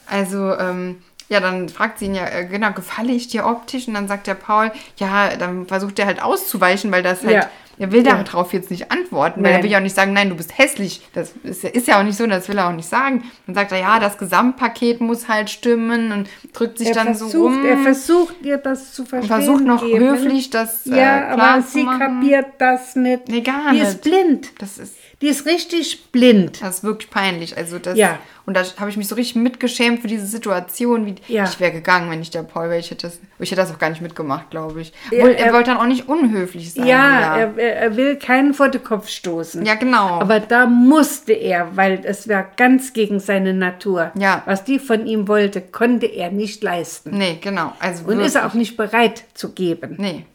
[SPEAKER 2] Also, ähm, ja, dann fragt sie ihn ja, äh, genau, gefalle ich dir optisch? Und dann sagt der Paul, ja, dann versucht er halt auszuweichen, weil das halt,
[SPEAKER 3] Ja.
[SPEAKER 2] er will
[SPEAKER 3] Ja.
[SPEAKER 2] darauf jetzt nicht antworten, weil er
[SPEAKER 3] Nein.
[SPEAKER 2] will ja auch nicht sagen, nein, du bist hässlich. Das ist, ja- ist ja auch nicht so, und das will er auch nicht sagen. Dann sagt er, ja, das Gesamtpaket muss halt stimmen und drückt sich
[SPEAKER 3] Er
[SPEAKER 2] dann
[SPEAKER 3] versucht,
[SPEAKER 2] so rum.
[SPEAKER 3] er versucht ihr das zu verstehen.
[SPEAKER 2] versucht noch
[SPEAKER 3] geben.
[SPEAKER 2] höflich das äh,
[SPEAKER 3] Ja,
[SPEAKER 2] klar
[SPEAKER 3] aber
[SPEAKER 2] zu
[SPEAKER 3] sie
[SPEAKER 2] machen.
[SPEAKER 3] kapiert das nicht.
[SPEAKER 2] Nee, gar
[SPEAKER 3] die
[SPEAKER 2] nicht.
[SPEAKER 3] ist blind.
[SPEAKER 2] Das ist,
[SPEAKER 3] Die ist richtig blind.
[SPEAKER 2] das ist wirklich peinlich. Also das,
[SPEAKER 3] Ja.
[SPEAKER 2] Und da habe ich mich so richtig mitgeschämt für diese Situation. Wie,
[SPEAKER 3] Ja.
[SPEAKER 2] Ich wäre gegangen, wenn ich der Paul wäre. Ich hätte das, ich hätte das auch gar nicht mitgemacht, glaube ich.
[SPEAKER 3] Ja,
[SPEAKER 2] Obwohl, er,
[SPEAKER 3] er-
[SPEAKER 2] wollte dann auch nicht unhöflich sein.
[SPEAKER 3] Ja, Er, er er will keinen vor den Kopf stoßen.
[SPEAKER 2] ja genau.
[SPEAKER 3] Aber da musste er, weil es war ganz gegen seine Natur.
[SPEAKER 2] Ja.
[SPEAKER 3] Was die von ihm wollte, konnte er nicht leisten.
[SPEAKER 2] nee, genau. Also
[SPEAKER 3] Und ist
[SPEAKER 2] wirklich-
[SPEAKER 3] er auch nicht bereit zu geben.
[SPEAKER 2] Nee.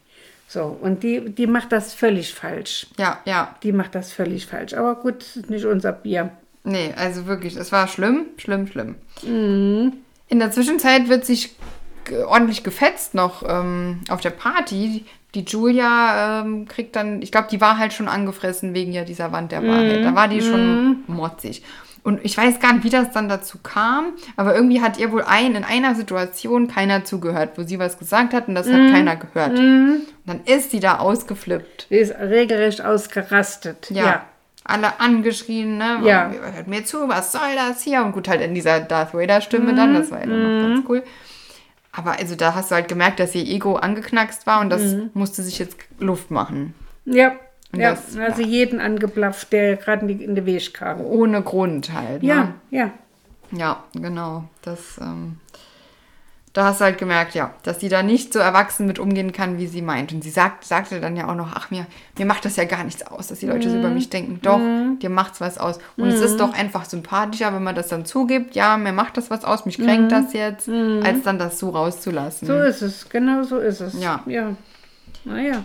[SPEAKER 3] So, und die, die macht das völlig falsch.
[SPEAKER 2] Ja, ja.
[SPEAKER 3] Die macht das völlig falsch. Aber gut, das ist nicht unser Bier.
[SPEAKER 2] Nee, also wirklich, es war schlimm, schlimm, schlimm. In der Zwischenzeit wird sich ge- ordentlich gefetzt noch ähm, auf der Party. Die Julia ähm, kriegt dann, ich glaube, die war halt schon angefressen wegen ja dieser Wand der Wahrheit. Da war die schon motzig. Und ich weiß gar nicht, wie das dann dazu kam, aber irgendwie hat ihr wohl ein, in einer Situation keiner zugehört, wo sie was gesagt hat und das hat keiner gehört. Und dann ist sie da ausgeflippt.
[SPEAKER 3] Die ist regelrecht ausgerastet.
[SPEAKER 2] Ja. Alle angeschrien, ne?
[SPEAKER 3] Ja.
[SPEAKER 2] Hört mir zu, was soll das hier? Und gut, halt in dieser Darth Vader-Stimme dann, das war ja dann noch ganz cool. Aber also da hast du halt gemerkt, dass ihr Ego angeknackst war und das musste sich jetzt Luft machen.
[SPEAKER 3] Ja. Ja,
[SPEAKER 2] das-
[SPEAKER 3] also jeden angeblafft, der gerade in die- in den Weg kam.
[SPEAKER 2] Ohne Grund halt.
[SPEAKER 3] Ja,
[SPEAKER 2] Ne?
[SPEAKER 3] ja.
[SPEAKER 2] Ja, genau. Das, ähm, Da hast du halt gemerkt, ja, dass die da nicht so erwachsen mit umgehen kann, wie sie meint. Und sie sagt, sagte dann ja auch noch, ach mir, mir macht das ja gar nichts aus, dass die Leute
[SPEAKER 3] Mhm.
[SPEAKER 2] so über mich denken. Doch, dir macht's was aus. Und es ist doch einfach sympathischer, wenn man das dann zugibt, ja, mir macht das was aus, mich kränkt das jetzt, als dann das so rauszulassen.
[SPEAKER 3] Mhm. So ist es, genau so ist es.
[SPEAKER 2] Mhm. Ja.
[SPEAKER 3] ja. Naja,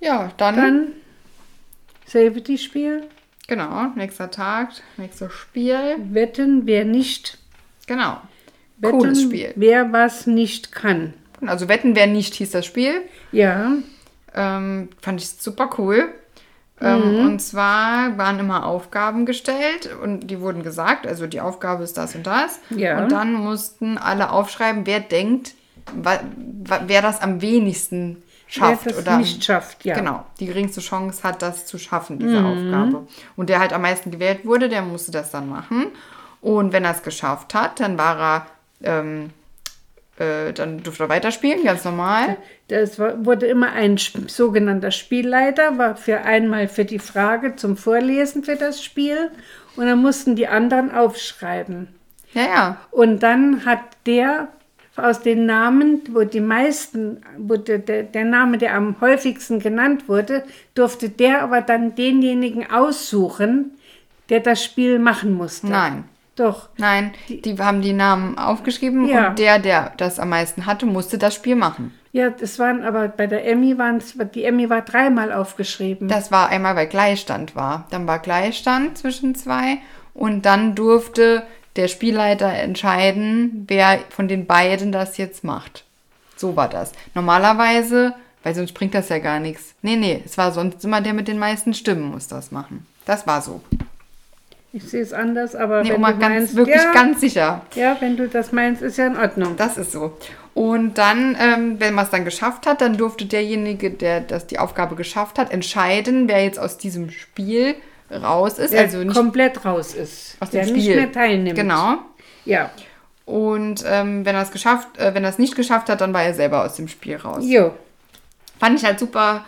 [SPEAKER 2] Ja, dann,
[SPEAKER 3] dann Safety-Spiel.
[SPEAKER 2] genau, nächster Tag, nächstes Spiel.
[SPEAKER 3] Wetten, wer nicht.
[SPEAKER 2] Genau.
[SPEAKER 3] Wetten,
[SPEAKER 2] Cooles Spiel.
[SPEAKER 3] wer was nicht kann.
[SPEAKER 2] Also Wetten, wer nicht hieß das Spiel.
[SPEAKER 3] Ja,
[SPEAKER 2] ähm, fand ich super cool. Ähm,
[SPEAKER 3] Mhm.
[SPEAKER 2] und zwar waren immer Aufgaben gestellt und die wurden gesagt, also die Aufgabe ist das und das.
[SPEAKER 3] Ja.
[SPEAKER 2] Und dann mussten alle aufschreiben, wer denkt, wa, wa, wer das am wenigsten schafft
[SPEAKER 3] wer das
[SPEAKER 2] oder
[SPEAKER 3] nicht schafft, ja. Mhm.
[SPEAKER 2] Genau, die geringste Chance hat, das zu schaffen, diese Aufgabe. Und der halt am meisten gewählt wurde, der musste das dann machen. Und wenn er es geschafft hat, dann war er, ähm, äh, dann durfte er weiterspielen, ganz normal.
[SPEAKER 3] Das war, wurde immer ein Sp- sogenannter Spielleiter, war für einmal für die Frage zum Vorlesen für das Spiel und dann mussten die anderen aufschreiben.
[SPEAKER 2] Ja, ja.
[SPEAKER 3] Und dann hat der aus den Namen, wo die meisten, wo der, der, der Name, der am häufigsten genannt wurde, durfte der aber dann denjenigen aussuchen, der das Spiel machen musste.
[SPEAKER 2] Nein.
[SPEAKER 3] Doch.
[SPEAKER 2] Nein, die, haben die Namen aufgeschrieben
[SPEAKER 3] Ja. Mhm.
[SPEAKER 2] und der, der das am meisten hatte, musste das Spiel machen.
[SPEAKER 3] Ja, das waren aber bei der Emmy waren es, die Emmy war dreimal aufgeschrieben.
[SPEAKER 2] Das war einmal, weil Gleichstand war. Dann war Gleichstand zwischen zwei und dann durfte der Spielleiter entscheiden, wer von den beiden das jetzt macht. So war das. Normalerweise, weil sonst bringt das ja gar nichts. Nee, nee, es war sonst immer der mit den meisten Stimmen muss das machen. Das war so.
[SPEAKER 3] Ich sehe es anders, aber
[SPEAKER 2] Nee,
[SPEAKER 3] wenn
[SPEAKER 2] Oma,
[SPEAKER 3] du
[SPEAKER 2] ganz,
[SPEAKER 3] meinst,
[SPEAKER 2] wirklich
[SPEAKER 3] ja,
[SPEAKER 2] ganz sicher.
[SPEAKER 3] ja, wenn du das meinst, ist ja in Ordnung.
[SPEAKER 2] Das ist so. Und dann, ähm, wenn man es dann geschafft hat, dann durfte derjenige, der das die Aufgabe geschafft hat, entscheiden, wer jetzt aus diesem Spiel raus ist.
[SPEAKER 3] Der
[SPEAKER 2] also nicht
[SPEAKER 3] komplett raus ist,
[SPEAKER 2] aus dem
[SPEAKER 3] der
[SPEAKER 2] Spiel.
[SPEAKER 3] nicht mehr teilnimmt.
[SPEAKER 2] Genau.
[SPEAKER 3] Ja,
[SPEAKER 2] Und ähm, wenn er es geschafft, äh, wenn er es nicht geschafft hat, dann war er selber aus dem Spiel raus.
[SPEAKER 3] jo.
[SPEAKER 2] Fand ich halt super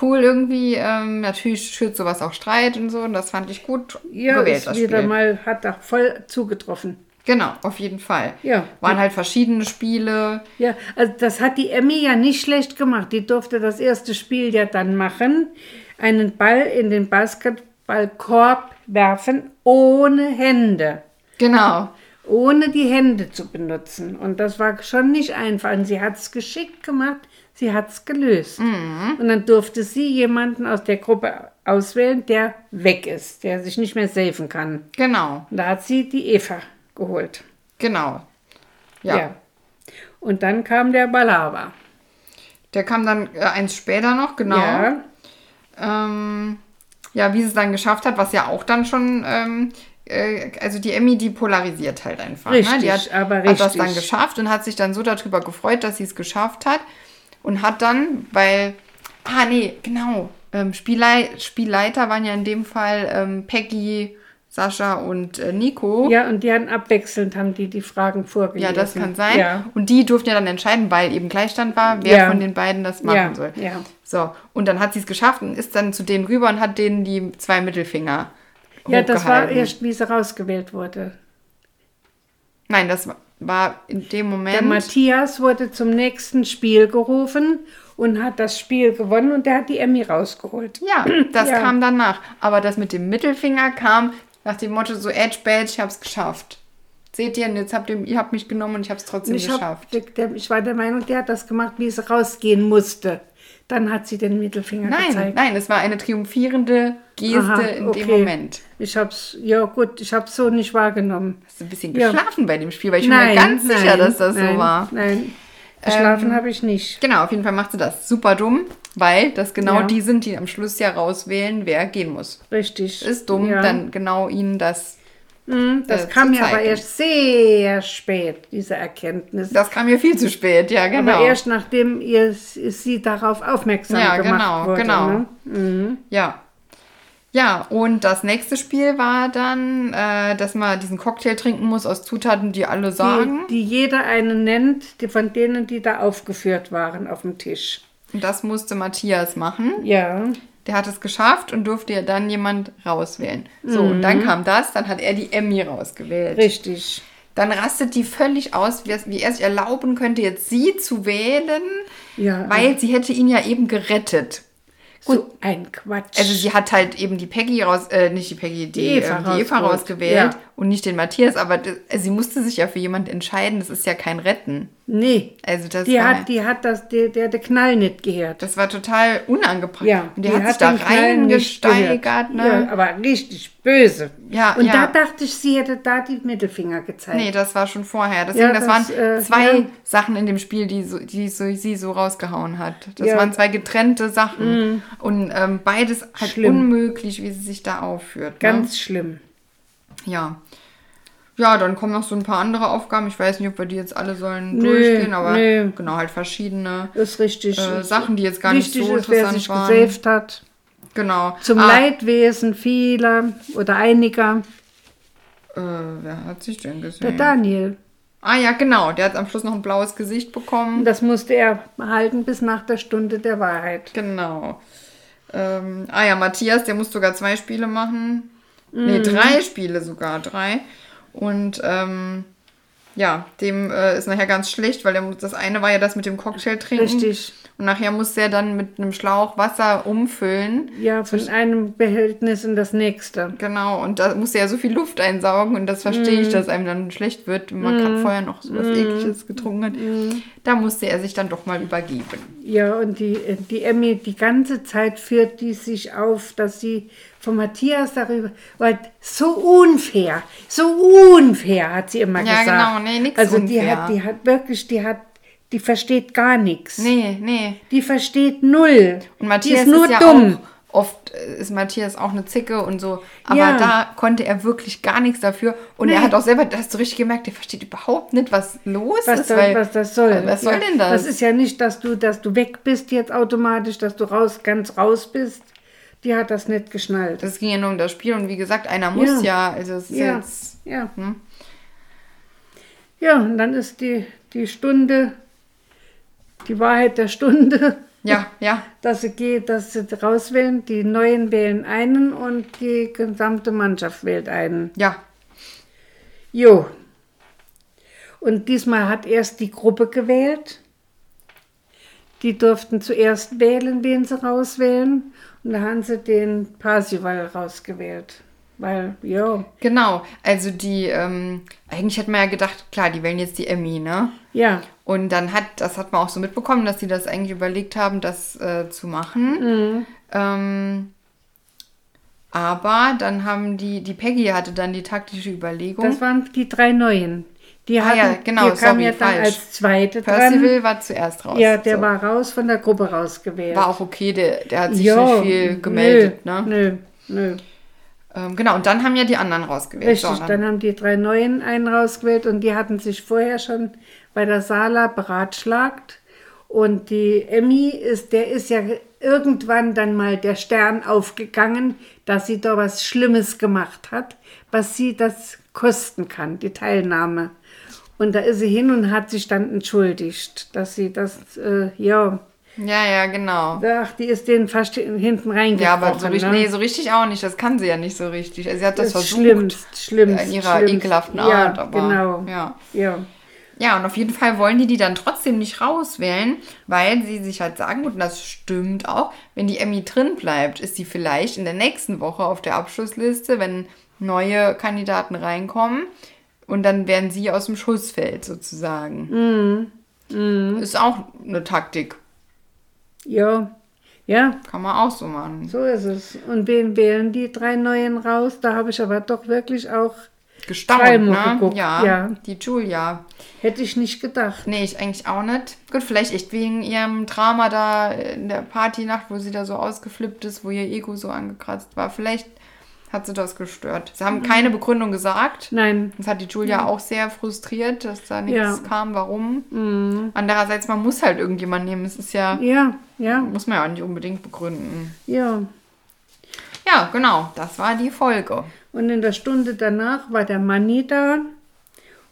[SPEAKER 2] cool irgendwie. Ähm, natürlich schürt sowas auch Streit und so. Und das fand ich gut
[SPEAKER 3] Ja,
[SPEAKER 2] gewählt,
[SPEAKER 3] ist
[SPEAKER 2] das
[SPEAKER 3] wieder
[SPEAKER 2] Spiel.
[SPEAKER 3] mal, hat da voll zugetroffen.
[SPEAKER 2] Genau, auf jeden Fall.
[SPEAKER 3] Ja.
[SPEAKER 2] Waren halt verschiedene Spiele.
[SPEAKER 3] Ja, also das hat die Emmy ja nicht schlecht gemacht. Die durfte das erste Spiel ja dann machen, einen Ball in den Basketballkorb werfen ohne Hände,
[SPEAKER 2] Genau.
[SPEAKER 3] ohne die Hände zu benutzen. Und das war schon nicht einfach. Und sie hat es geschickt gemacht, sie hat es gelöst.
[SPEAKER 2] Mhm.
[SPEAKER 3] Und dann durfte sie jemanden aus der Gruppe auswählen, der weg ist, der sich nicht mehr safen kann.
[SPEAKER 2] Genau.
[SPEAKER 3] Und da hat sie die Eva geholt.
[SPEAKER 2] Genau. ja.
[SPEAKER 3] Und dann kam der Balava.
[SPEAKER 2] Der kam dann äh, eins später noch, genau.
[SPEAKER 3] Ja.
[SPEAKER 2] Ähm, ja, wie sie es dann geschafft hat, was ja auch dann schon, ähm, äh, also die Emmy, die polarisiert halt einfach. ne?
[SPEAKER 3] Richtig,
[SPEAKER 2] die hat,
[SPEAKER 3] aber
[SPEAKER 2] hat das dann
[SPEAKER 3] richtig.
[SPEAKER 2] geschafft und hat sich dann so darüber gefreut, dass sie es geschafft hat. Und hat dann, weil, ah nee, genau, ähm, Spiellei Spielleiter waren ja in dem Fall ähm, Peggy, Sascha und äh, Nico.
[SPEAKER 3] Ja, und die haben abwechselnd haben die die Fragen vorgelesen.
[SPEAKER 2] Ja, das kann sein.
[SPEAKER 3] Ja.
[SPEAKER 2] Und die durften ja dann entscheiden, weil eben Gleichstand war, wer
[SPEAKER 3] Ja.
[SPEAKER 2] von den beiden das machen
[SPEAKER 3] Ja,
[SPEAKER 2] soll.
[SPEAKER 3] ja.
[SPEAKER 2] So, und dann hat sie es geschafft und ist dann zu denen rüber und hat denen die zwei Mittelfinger
[SPEAKER 3] Ja, das war
[SPEAKER 2] hochgehalten.
[SPEAKER 3] erst, wie sie rausgewählt wurde.
[SPEAKER 2] Nein, das war in dem Moment.
[SPEAKER 3] Der Matthias wurde zum nächsten Spiel gerufen und hat das Spiel gewonnen und der hat die Emmy rausgeholt.
[SPEAKER 2] ja, das
[SPEAKER 3] Ja.
[SPEAKER 2] kam danach. Aber das mit dem Mittelfinger kam nach dem Motto so, Edge, Badge, ich hab's geschafft. Seht ihr, und jetzt habt ihr, ihr habt mich genommen und ich hab's trotzdem
[SPEAKER 3] Ich, hab,
[SPEAKER 2] geschafft.
[SPEAKER 3] der, der, ich war der Meinung, der hat das gemacht, wie sie rausgehen musste. Dann hat sie den Mittelfinger
[SPEAKER 2] Nein,
[SPEAKER 3] gezeigt.
[SPEAKER 2] nein, es war eine triumphierende Geste
[SPEAKER 3] Aha,
[SPEAKER 2] in
[SPEAKER 3] okay.
[SPEAKER 2] dem Moment.
[SPEAKER 3] Ich hab's, ja gut, ich hab's so nicht wahrgenommen.
[SPEAKER 2] Hast du ein bisschen
[SPEAKER 3] Ja.
[SPEAKER 2] geschlafen bei dem Spiel, weil ich bin mir ganz sicher,
[SPEAKER 3] nein,
[SPEAKER 2] dass das
[SPEAKER 3] nein,
[SPEAKER 2] so war.
[SPEAKER 3] Nein, geschlafen habe ich nicht.
[SPEAKER 2] Genau, auf jeden Fall macht sie das super dumm, weil das genau
[SPEAKER 3] Ja.
[SPEAKER 2] die sind, die am Schluss ja rauswählen, wer gehen muss.
[SPEAKER 3] Richtig.
[SPEAKER 2] Ist dumm,
[SPEAKER 3] ja.
[SPEAKER 2] dann genau ihnen das. äh,
[SPEAKER 3] Das
[SPEAKER 2] zu
[SPEAKER 3] kam ja aber
[SPEAKER 2] zeigen.
[SPEAKER 3] erst sehr spät, diese Erkenntnis.
[SPEAKER 2] Das kam mir viel zu spät, ja, genau.
[SPEAKER 3] Aber erst nachdem ihr s- sie darauf aufmerksam
[SPEAKER 2] Ja, genau,
[SPEAKER 3] gemacht wurde.
[SPEAKER 2] genau.
[SPEAKER 3] Ne?
[SPEAKER 2] Ja. Ja, und das nächste Spiel war dann, äh, dass man diesen Cocktail trinken muss aus Zutaten, die alle sagen.
[SPEAKER 3] Die, die jeder einen nennt, die von denen, die da aufgeführt waren auf dem Tisch.
[SPEAKER 2] Und das musste Matthias machen.
[SPEAKER 3] Ja,
[SPEAKER 2] Der hat es geschafft und durfte ja dann jemand rauswählen. So, und dann kam das, dann hat er die Emmy rausgewählt.
[SPEAKER 3] Mhm. richtig.
[SPEAKER 2] Dann rastet die völlig aus, wie, wie er sich erlauben könnte, jetzt sie zu wählen,
[SPEAKER 3] Ja.
[SPEAKER 2] weil sie hätte ihn ja eben gerettet.
[SPEAKER 3] Gut. So ein Quatsch.
[SPEAKER 2] Also sie hat halt eben die Peggy raus, äh, nicht die Peggy, die, äh,
[SPEAKER 3] Eva
[SPEAKER 2] die Eva
[SPEAKER 3] rausgeholt,
[SPEAKER 2] rausgewählt
[SPEAKER 3] ja.
[SPEAKER 2] und nicht den Matthias, aber d- also sie musste sich ja für jemand entscheiden, das ist ja kein Retten.
[SPEAKER 3] nee.
[SPEAKER 2] Also das
[SPEAKER 3] die
[SPEAKER 2] war,
[SPEAKER 3] hat, die hat das, der, der, der Knall nicht gehört.
[SPEAKER 2] das war total unangebracht.
[SPEAKER 3] Ja,
[SPEAKER 2] und die, hat sich da
[SPEAKER 3] den Knall nicht
[SPEAKER 2] reingesteigert,
[SPEAKER 3] gehört.
[SPEAKER 2] ne?
[SPEAKER 3] Ja, aber richtig böse.
[SPEAKER 2] Ja,
[SPEAKER 3] Und
[SPEAKER 2] ja.
[SPEAKER 3] da dachte ich, sie hätte da die Mittelfinger gezeigt.
[SPEAKER 2] Nee, das war schon vorher. Deswegen, das,
[SPEAKER 3] das,
[SPEAKER 2] waren
[SPEAKER 3] äh,
[SPEAKER 2] zwei
[SPEAKER 3] ja.
[SPEAKER 2] Sachen in dem Spiel, die, so, die so, sie so rausgehauen hat. Das
[SPEAKER 3] Ja. Mhm.
[SPEAKER 2] waren zwei getrennte Sachen. Und ähm, beides halt
[SPEAKER 3] Schlimm.
[SPEAKER 2] unmöglich, wie sie sich da aufführt.
[SPEAKER 3] Ganz schlimm.
[SPEAKER 2] Ne? Ja. Ja, dann kommen noch so ein paar andere Aufgaben. Ich weiß nicht, ob wir die jetzt alle sollen
[SPEAKER 3] Nö,
[SPEAKER 2] durchgehen, aber
[SPEAKER 3] nö.
[SPEAKER 2] genau, halt verschiedene.
[SPEAKER 3] Ist richtig.
[SPEAKER 2] Äh, Sachen, die jetzt gar nicht
[SPEAKER 3] Wichtig
[SPEAKER 2] so
[SPEAKER 3] ist, wer
[SPEAKER 2] interessant
[SPEAKER 3] sich
[SPEAKER 2] waren.
[SPEAKER 3] gesaved hat.
[SPEAKER 2] Genau.
[SPEAKER 3] Zum
[SPEAKER 2] Ah,
[SPEAKER 3] Leidwesen vieler oder einiger.
[SPEAKER 2] Äh, wer hat sich denn
[SPEAKER 3] Der
[SPEAKER 2] gesehen?
[SPEAKER 3] Daniel.
[SPEAKER 2] Ah ja, genau. Der hat am Schluss noch ein blaues Gesicht bekommen.
[SPEAKER 3] Das musste er halten bis nach der Stunde der Wahrheit.
[SPEAKER 2] Genau. Ähm, ah ja, Matthias, der muss sogar zwei Spiele machen. Nee, drei Spiele sogar, drei. Und ähm, ja, dem äh, ist nachher ganz schlecht, weil er, muss- das eine war ja das mit dem Cocktail trinken.
[SPEAKER 3] Richtig.
[SPEAKER 2] Und nachher musste er dann mit einem Schlauch Wasser umfüllen.
[SPEAKER 3] Ja, von einem Behältnis in das nächste.
[SPEAKER 2] Genau, und da musste er so viel Luft einsaugen und das verstehe ich, dass einem dann schlecht wird, wenn man gerade vorher noch so was Ekliges getrunken hat. Da musste er sich dann doch mal übergeben.
[SPEAKER 3] Ja, und die, äh, die Emmy, die ganze Zeit führt die sich auf, dass sie von Matthias darüber, weil so unfair, so unfair, hat sie immer
[SPEAKER 2] Ja,
[SPEAKER 3] gesagt.
[SPEAKER 2] genau, nee, nix
[SPEAKER 3] Also die
[SPEAKER 2] unfair.
[SPEAKER 3] hat, die hat wirklich, die hat, die versteht gar nichts.
[SPEAKER 2] Nee, nee.
[SPEAKER 3] Die versteht null.
[SPEAKER 2] Und Matthias
[SPEAKER 3] die ist nur
[SPEAKER 2] ja
[SPEAKER 3] dumm.
[SPEAKER 2] auch, oft äh, ist Matthias auch eine Zicke und so, aber
[SPEAKER 3] Ja.
[SPEAKER 2] da konnte er wirklich gar nichts dafür und er hat auch selber, da hast du richtig gemerkt, der versteht überhaupt nicht, was los
[SPEAKER 3] was,
[SPEAKER 2] ist,
[SPEAKER 3] soll,
[SPEAKER 2] weil, äh,
[SPEAKER 3] was das soll.
[SPEAKER 2] Was soll
[SPEAKER 3] ja.
[SPEAKER 2] denn das?
[SPEAKER 3] Das ist ja nicht, dass du, dass du weg bist jetzt automatisch, dass du raus, ganz raus bist. Die hat das nicht geschnallt.
[SPEAKER 2] das ging ja nur um das Spiel und wie gesagt, einer muss ja, also es ist
[SPEAKER 3] ja,
[SPEAKER 2] jetzt hm?
[SPEAKER 3] ja. Ja, und dann ist die, die Stunde, die Wahrheit der Stunde,
[SPEAKER 2] ja, ja,
[SPEAKER 3] dass sie geht, dass sie rauswählen, die Neuen wählen einen und die gesamte Mannschaft wählt einen.
[SPEAKER 2] ja,
[SPEAKER 3] Jo. Und diesmal hat erst die Gruppe gewählt. Die durften zuerst wählen, wen sie rauswählen. Und da haben sie den Parsival rausgewählt. Weil, jo,
[SPEAKER 2] genau. Also die, ähm, eigentlich hätte man ja gedacht, klar, die wählen jetzt die Emmy, ne?
[SPEAKER 3] ja,
[SPEAKER 2] Und dann hat, das hat man auch so mitbekommen, dass sie das eigentlich überlegt haben, das äh, zu machen.
[SPEAKER 3] Mhm.
[SPEAKER 2] Ähm, aber dann haben die, die Peggy hatte dann die taktische Überlegung.
[SPEAKER 3] das waren die drei Neuen. Die
[SPEAKER 2] Hm? Ah
[SPEAKER 3] hatten,
[SPEAKER 2] ja, genau,
[SPEAKER 3] die kamen
[SPEAKER 2] sorry,
[SPEAKER 3] ja dann
[SPEAKER 2] falsch.
[SPEAKER 3] als Zweite
[SPEAKER 2] Percival war zuerst raus.
[SPEAKER 3] dran. Ja, der
[SPEAKER 2] so.
[SPEAKER 3] war raus, von der Gruppe rausgewählt.
[SPEAKER 2] War auch okay, der, der hat sich
[SPEAKER 3] Jo,
[SPEAKER 2] nicht viel gemeldet,
[SPEAKER 3] nö,
[SPEAKER 2] ne?
[SPEAKER 3] Nö, nö.
[SPEAKER 2] Ähm, genau, und dann haben ja die anderen rausgewählt.
[SPEAKER 3] Richtig,
[SPEAKER 2] so,
[SPEAKER 3] dann haben die drei Neuen einen rausgewählt und die hatten sich vorher schon bei der Sala beratschlagt. Und die Emmy ist, der ist ja irgendwann dann mal der Stern aufgegangen, dass sie da was Schlimmes gemacht hat, was sie das kosten kann, die Teilnahme. Und da ist sie hin und hat sich dann entschuldigt, dass sie das, äh, ja,
[SPEAKER 2] ja, ja, genau.
[SPEAKER 3] ach, die ist denen fast hinten reingekommen.
[SPEAKER 2] Ja, aber so richtig,
[SPEAKER 3] ne?
[SPEAKER 2] nee, so richtig auch nicht. Das kann sie ja nicht so richtig. Also sie hat das,
[SPEAKER 3] das
[SPEAKER 2] versucht.
[SPEAKER 3] schlimmst, schlimmst,
[SPEAKER 2] in ihrer
[SPEAKER 3] schlimmst.
[SPEAKER 2] ekelhaften
[SPEAKER 3] ja,
[SPEAKER 2] Art, aber-
[SPEAKER 3] genau.
[SPEAKER 2] ja.
[SPEAKER 3] ja.
[SPEAKER 2] Ja, und auf jeden Fall wollen die die dann trotzdem nicht rauswählen, weil sie sich halt sagen, gut, und das stimmt auch, wenn die Emmy drin bleibt, ist sie vielleicht in der nächsten Woche auf der Abschlussliste, wenn neue Kandidaten reinkommen und dann werden sie aus dem Schussfeld sozusagen.
[SPEAKER 3] Mm,
[SPEAKER 2] Ist auch eine Taktik,
[SPEAKER 3] Ja, ja,
[SPEAKER 2] kann man auch so machen.
[SPEAKER 3] so ist es. Und wen wählen die drei Neuen raus? Da habe ich aber doch wirklich auch,
[SPEAKER 2] Gestaunt,
[SPEAKER 3] Dreimal
[SPEAKER 2] ne?
[SPEAKER 3] geguckt,
[SPEAKER 2] Ja,
[SPEAKER 3] ja.
[SPEAKER 2] die Julia.
[SPEAKER 3] hätte ich nicht gedacht.
[SPEAKER 2] Nee, ich eigentlich auch nicht. Gut, vielleicht echt wegen ihrem Drama da in der Partynacht, wo sie da so ausgeflippt ist, wo ihr Ego so angekratzt war. Vielleicht hat sie das gestört. Sie haben keine Begründung gesagt.
[SPEAKER 3] Nein,
[SPEAKER 2] Das hat die Julia auch sehr frustriert, dass da nichts
[SPEAKER 3] Ja.
[SPEAKER 2] kam, warum. Andererseits, man muss halt irgendjemanden nehmen. Es ist ja,
[SPEAKER 3] ja, ja,
[SPEAKER 2] muss man ja auch nicht unbedingt begründen.
[SPEAKER 3] ja.
[SPEAKER 2] Ja, genau, das war die Folge.
[SPEAKER 3] Und in der Stunde danach war der Manni da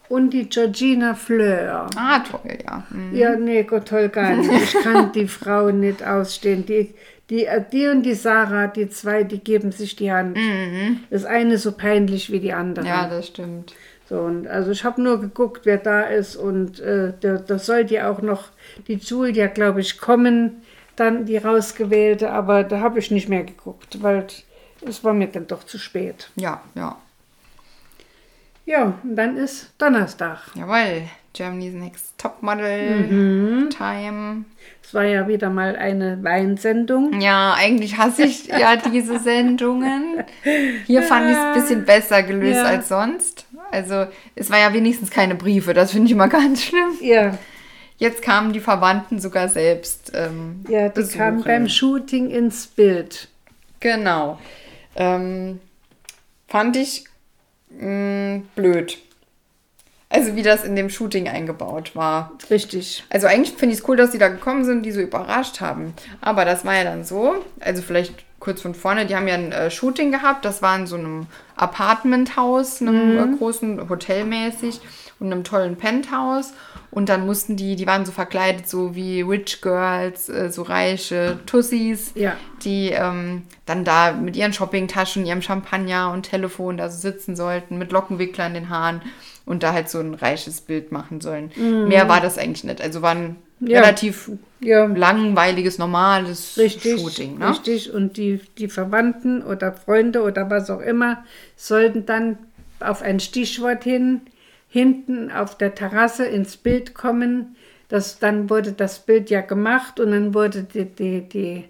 [SPEAKER 3] und die Georgina Fleur.
[SPEAKER 2] Ah, toll, ja. Hm.
[SPEAKER 3] Ja, nee, Gott, toll gar nicht. Ich kann die Frau nicht ausstehen. Die, die, die und die Sarah, die zwei, die geben sich die Hand. Das eine so peinlich wie die andere.
[SPEAKER 2] Ja, das stimmt.
[SPEAKER 3] So, und also ich habe nur geguckt, wer da ist und äh, da, da sollte ja auch noch die Julia, glaube ich, kommen, dann die rausgewählte, aber da habe ich nicht mehr geguckt, weil es war mir dann doch zu spät.
[SPEAKER 2] Ja, ja.
[SPEAKER 3] Ja, und dann ist Donnerstag.
[SPEAKER 2] Jawohl. Germany's Next Topmodel. Time.
[SPEAKER 3] Es war ja wieder mal eine Weinsendung.
[SPEAKER 2] Ja, eigentlich hasse ich ja diese Sendungen. Hier fand ich es ein bisschen besser gelöst
[SPEAKER 3] Ja.
[SPEAKER 2] als sonst. Also, es war ja wenigstens keine Briefe. Das finde ich immer ganz schlimm.
[SPEAKER 3] Ja,
[SPEAKER 2] Jetzt kamen die Verwandten sogar selbst. Ähm,
[SPEAKER 3] ja die
[SPEAKER 2] besuchen.
[SPEAKER 3] kam beim Shooting ins Bild.
[SPEAKER 2] Genau. Ähm, fand ich mh, blöd. Also, wie das in dem Shooting eingebaut war.
[SPEAKER 3] Richtig.
[SPEAKER 2] Also eigentlich finde ich es cool, dass die da gekommen sind, die so überrascht haben. Aber das war ja dann so, also vielleicht kurz von vorne, die haben ja ein äh, Shooting gehabt, das war in so einem Apartmenthaus, einem äh, großen Hotelmäßig und einem tollen Penthouse. Und dann mussten die, die waren so verkleidet, so wie Rich Girls, äh, so reiche Tussis,
[SPEAKER 3] Ja.
[SPEAKER 2] die ähm, dann da mit ihren Shoppingtaschen, ihrem Champagner und Telefon da so sitzen sollten, mit Lockenwickler in den Haaren und da halt so ein reiches Bild machen sollen. Mehr war das eigentlich nicht. Also war ein
[SPEAKER 3] Mhm. Ja.
[SPEAKER 2] relativ
[SPEAKER 3] Ja.
[SPEAKER 2] langweiliges, normales
[SPEAKER 3] Richtig,
[SPEAKER 2] Shooting. Ne?
[SPEAKER 3] richtig. Und die, die Verwandten oder Freunde oder was auch immer sollten dann auf ein Stichwort hin, hinten auf der Terrasse ins Bild kommen. Das, dann wurde das Bild ja gemacht und dann wurde die, die, die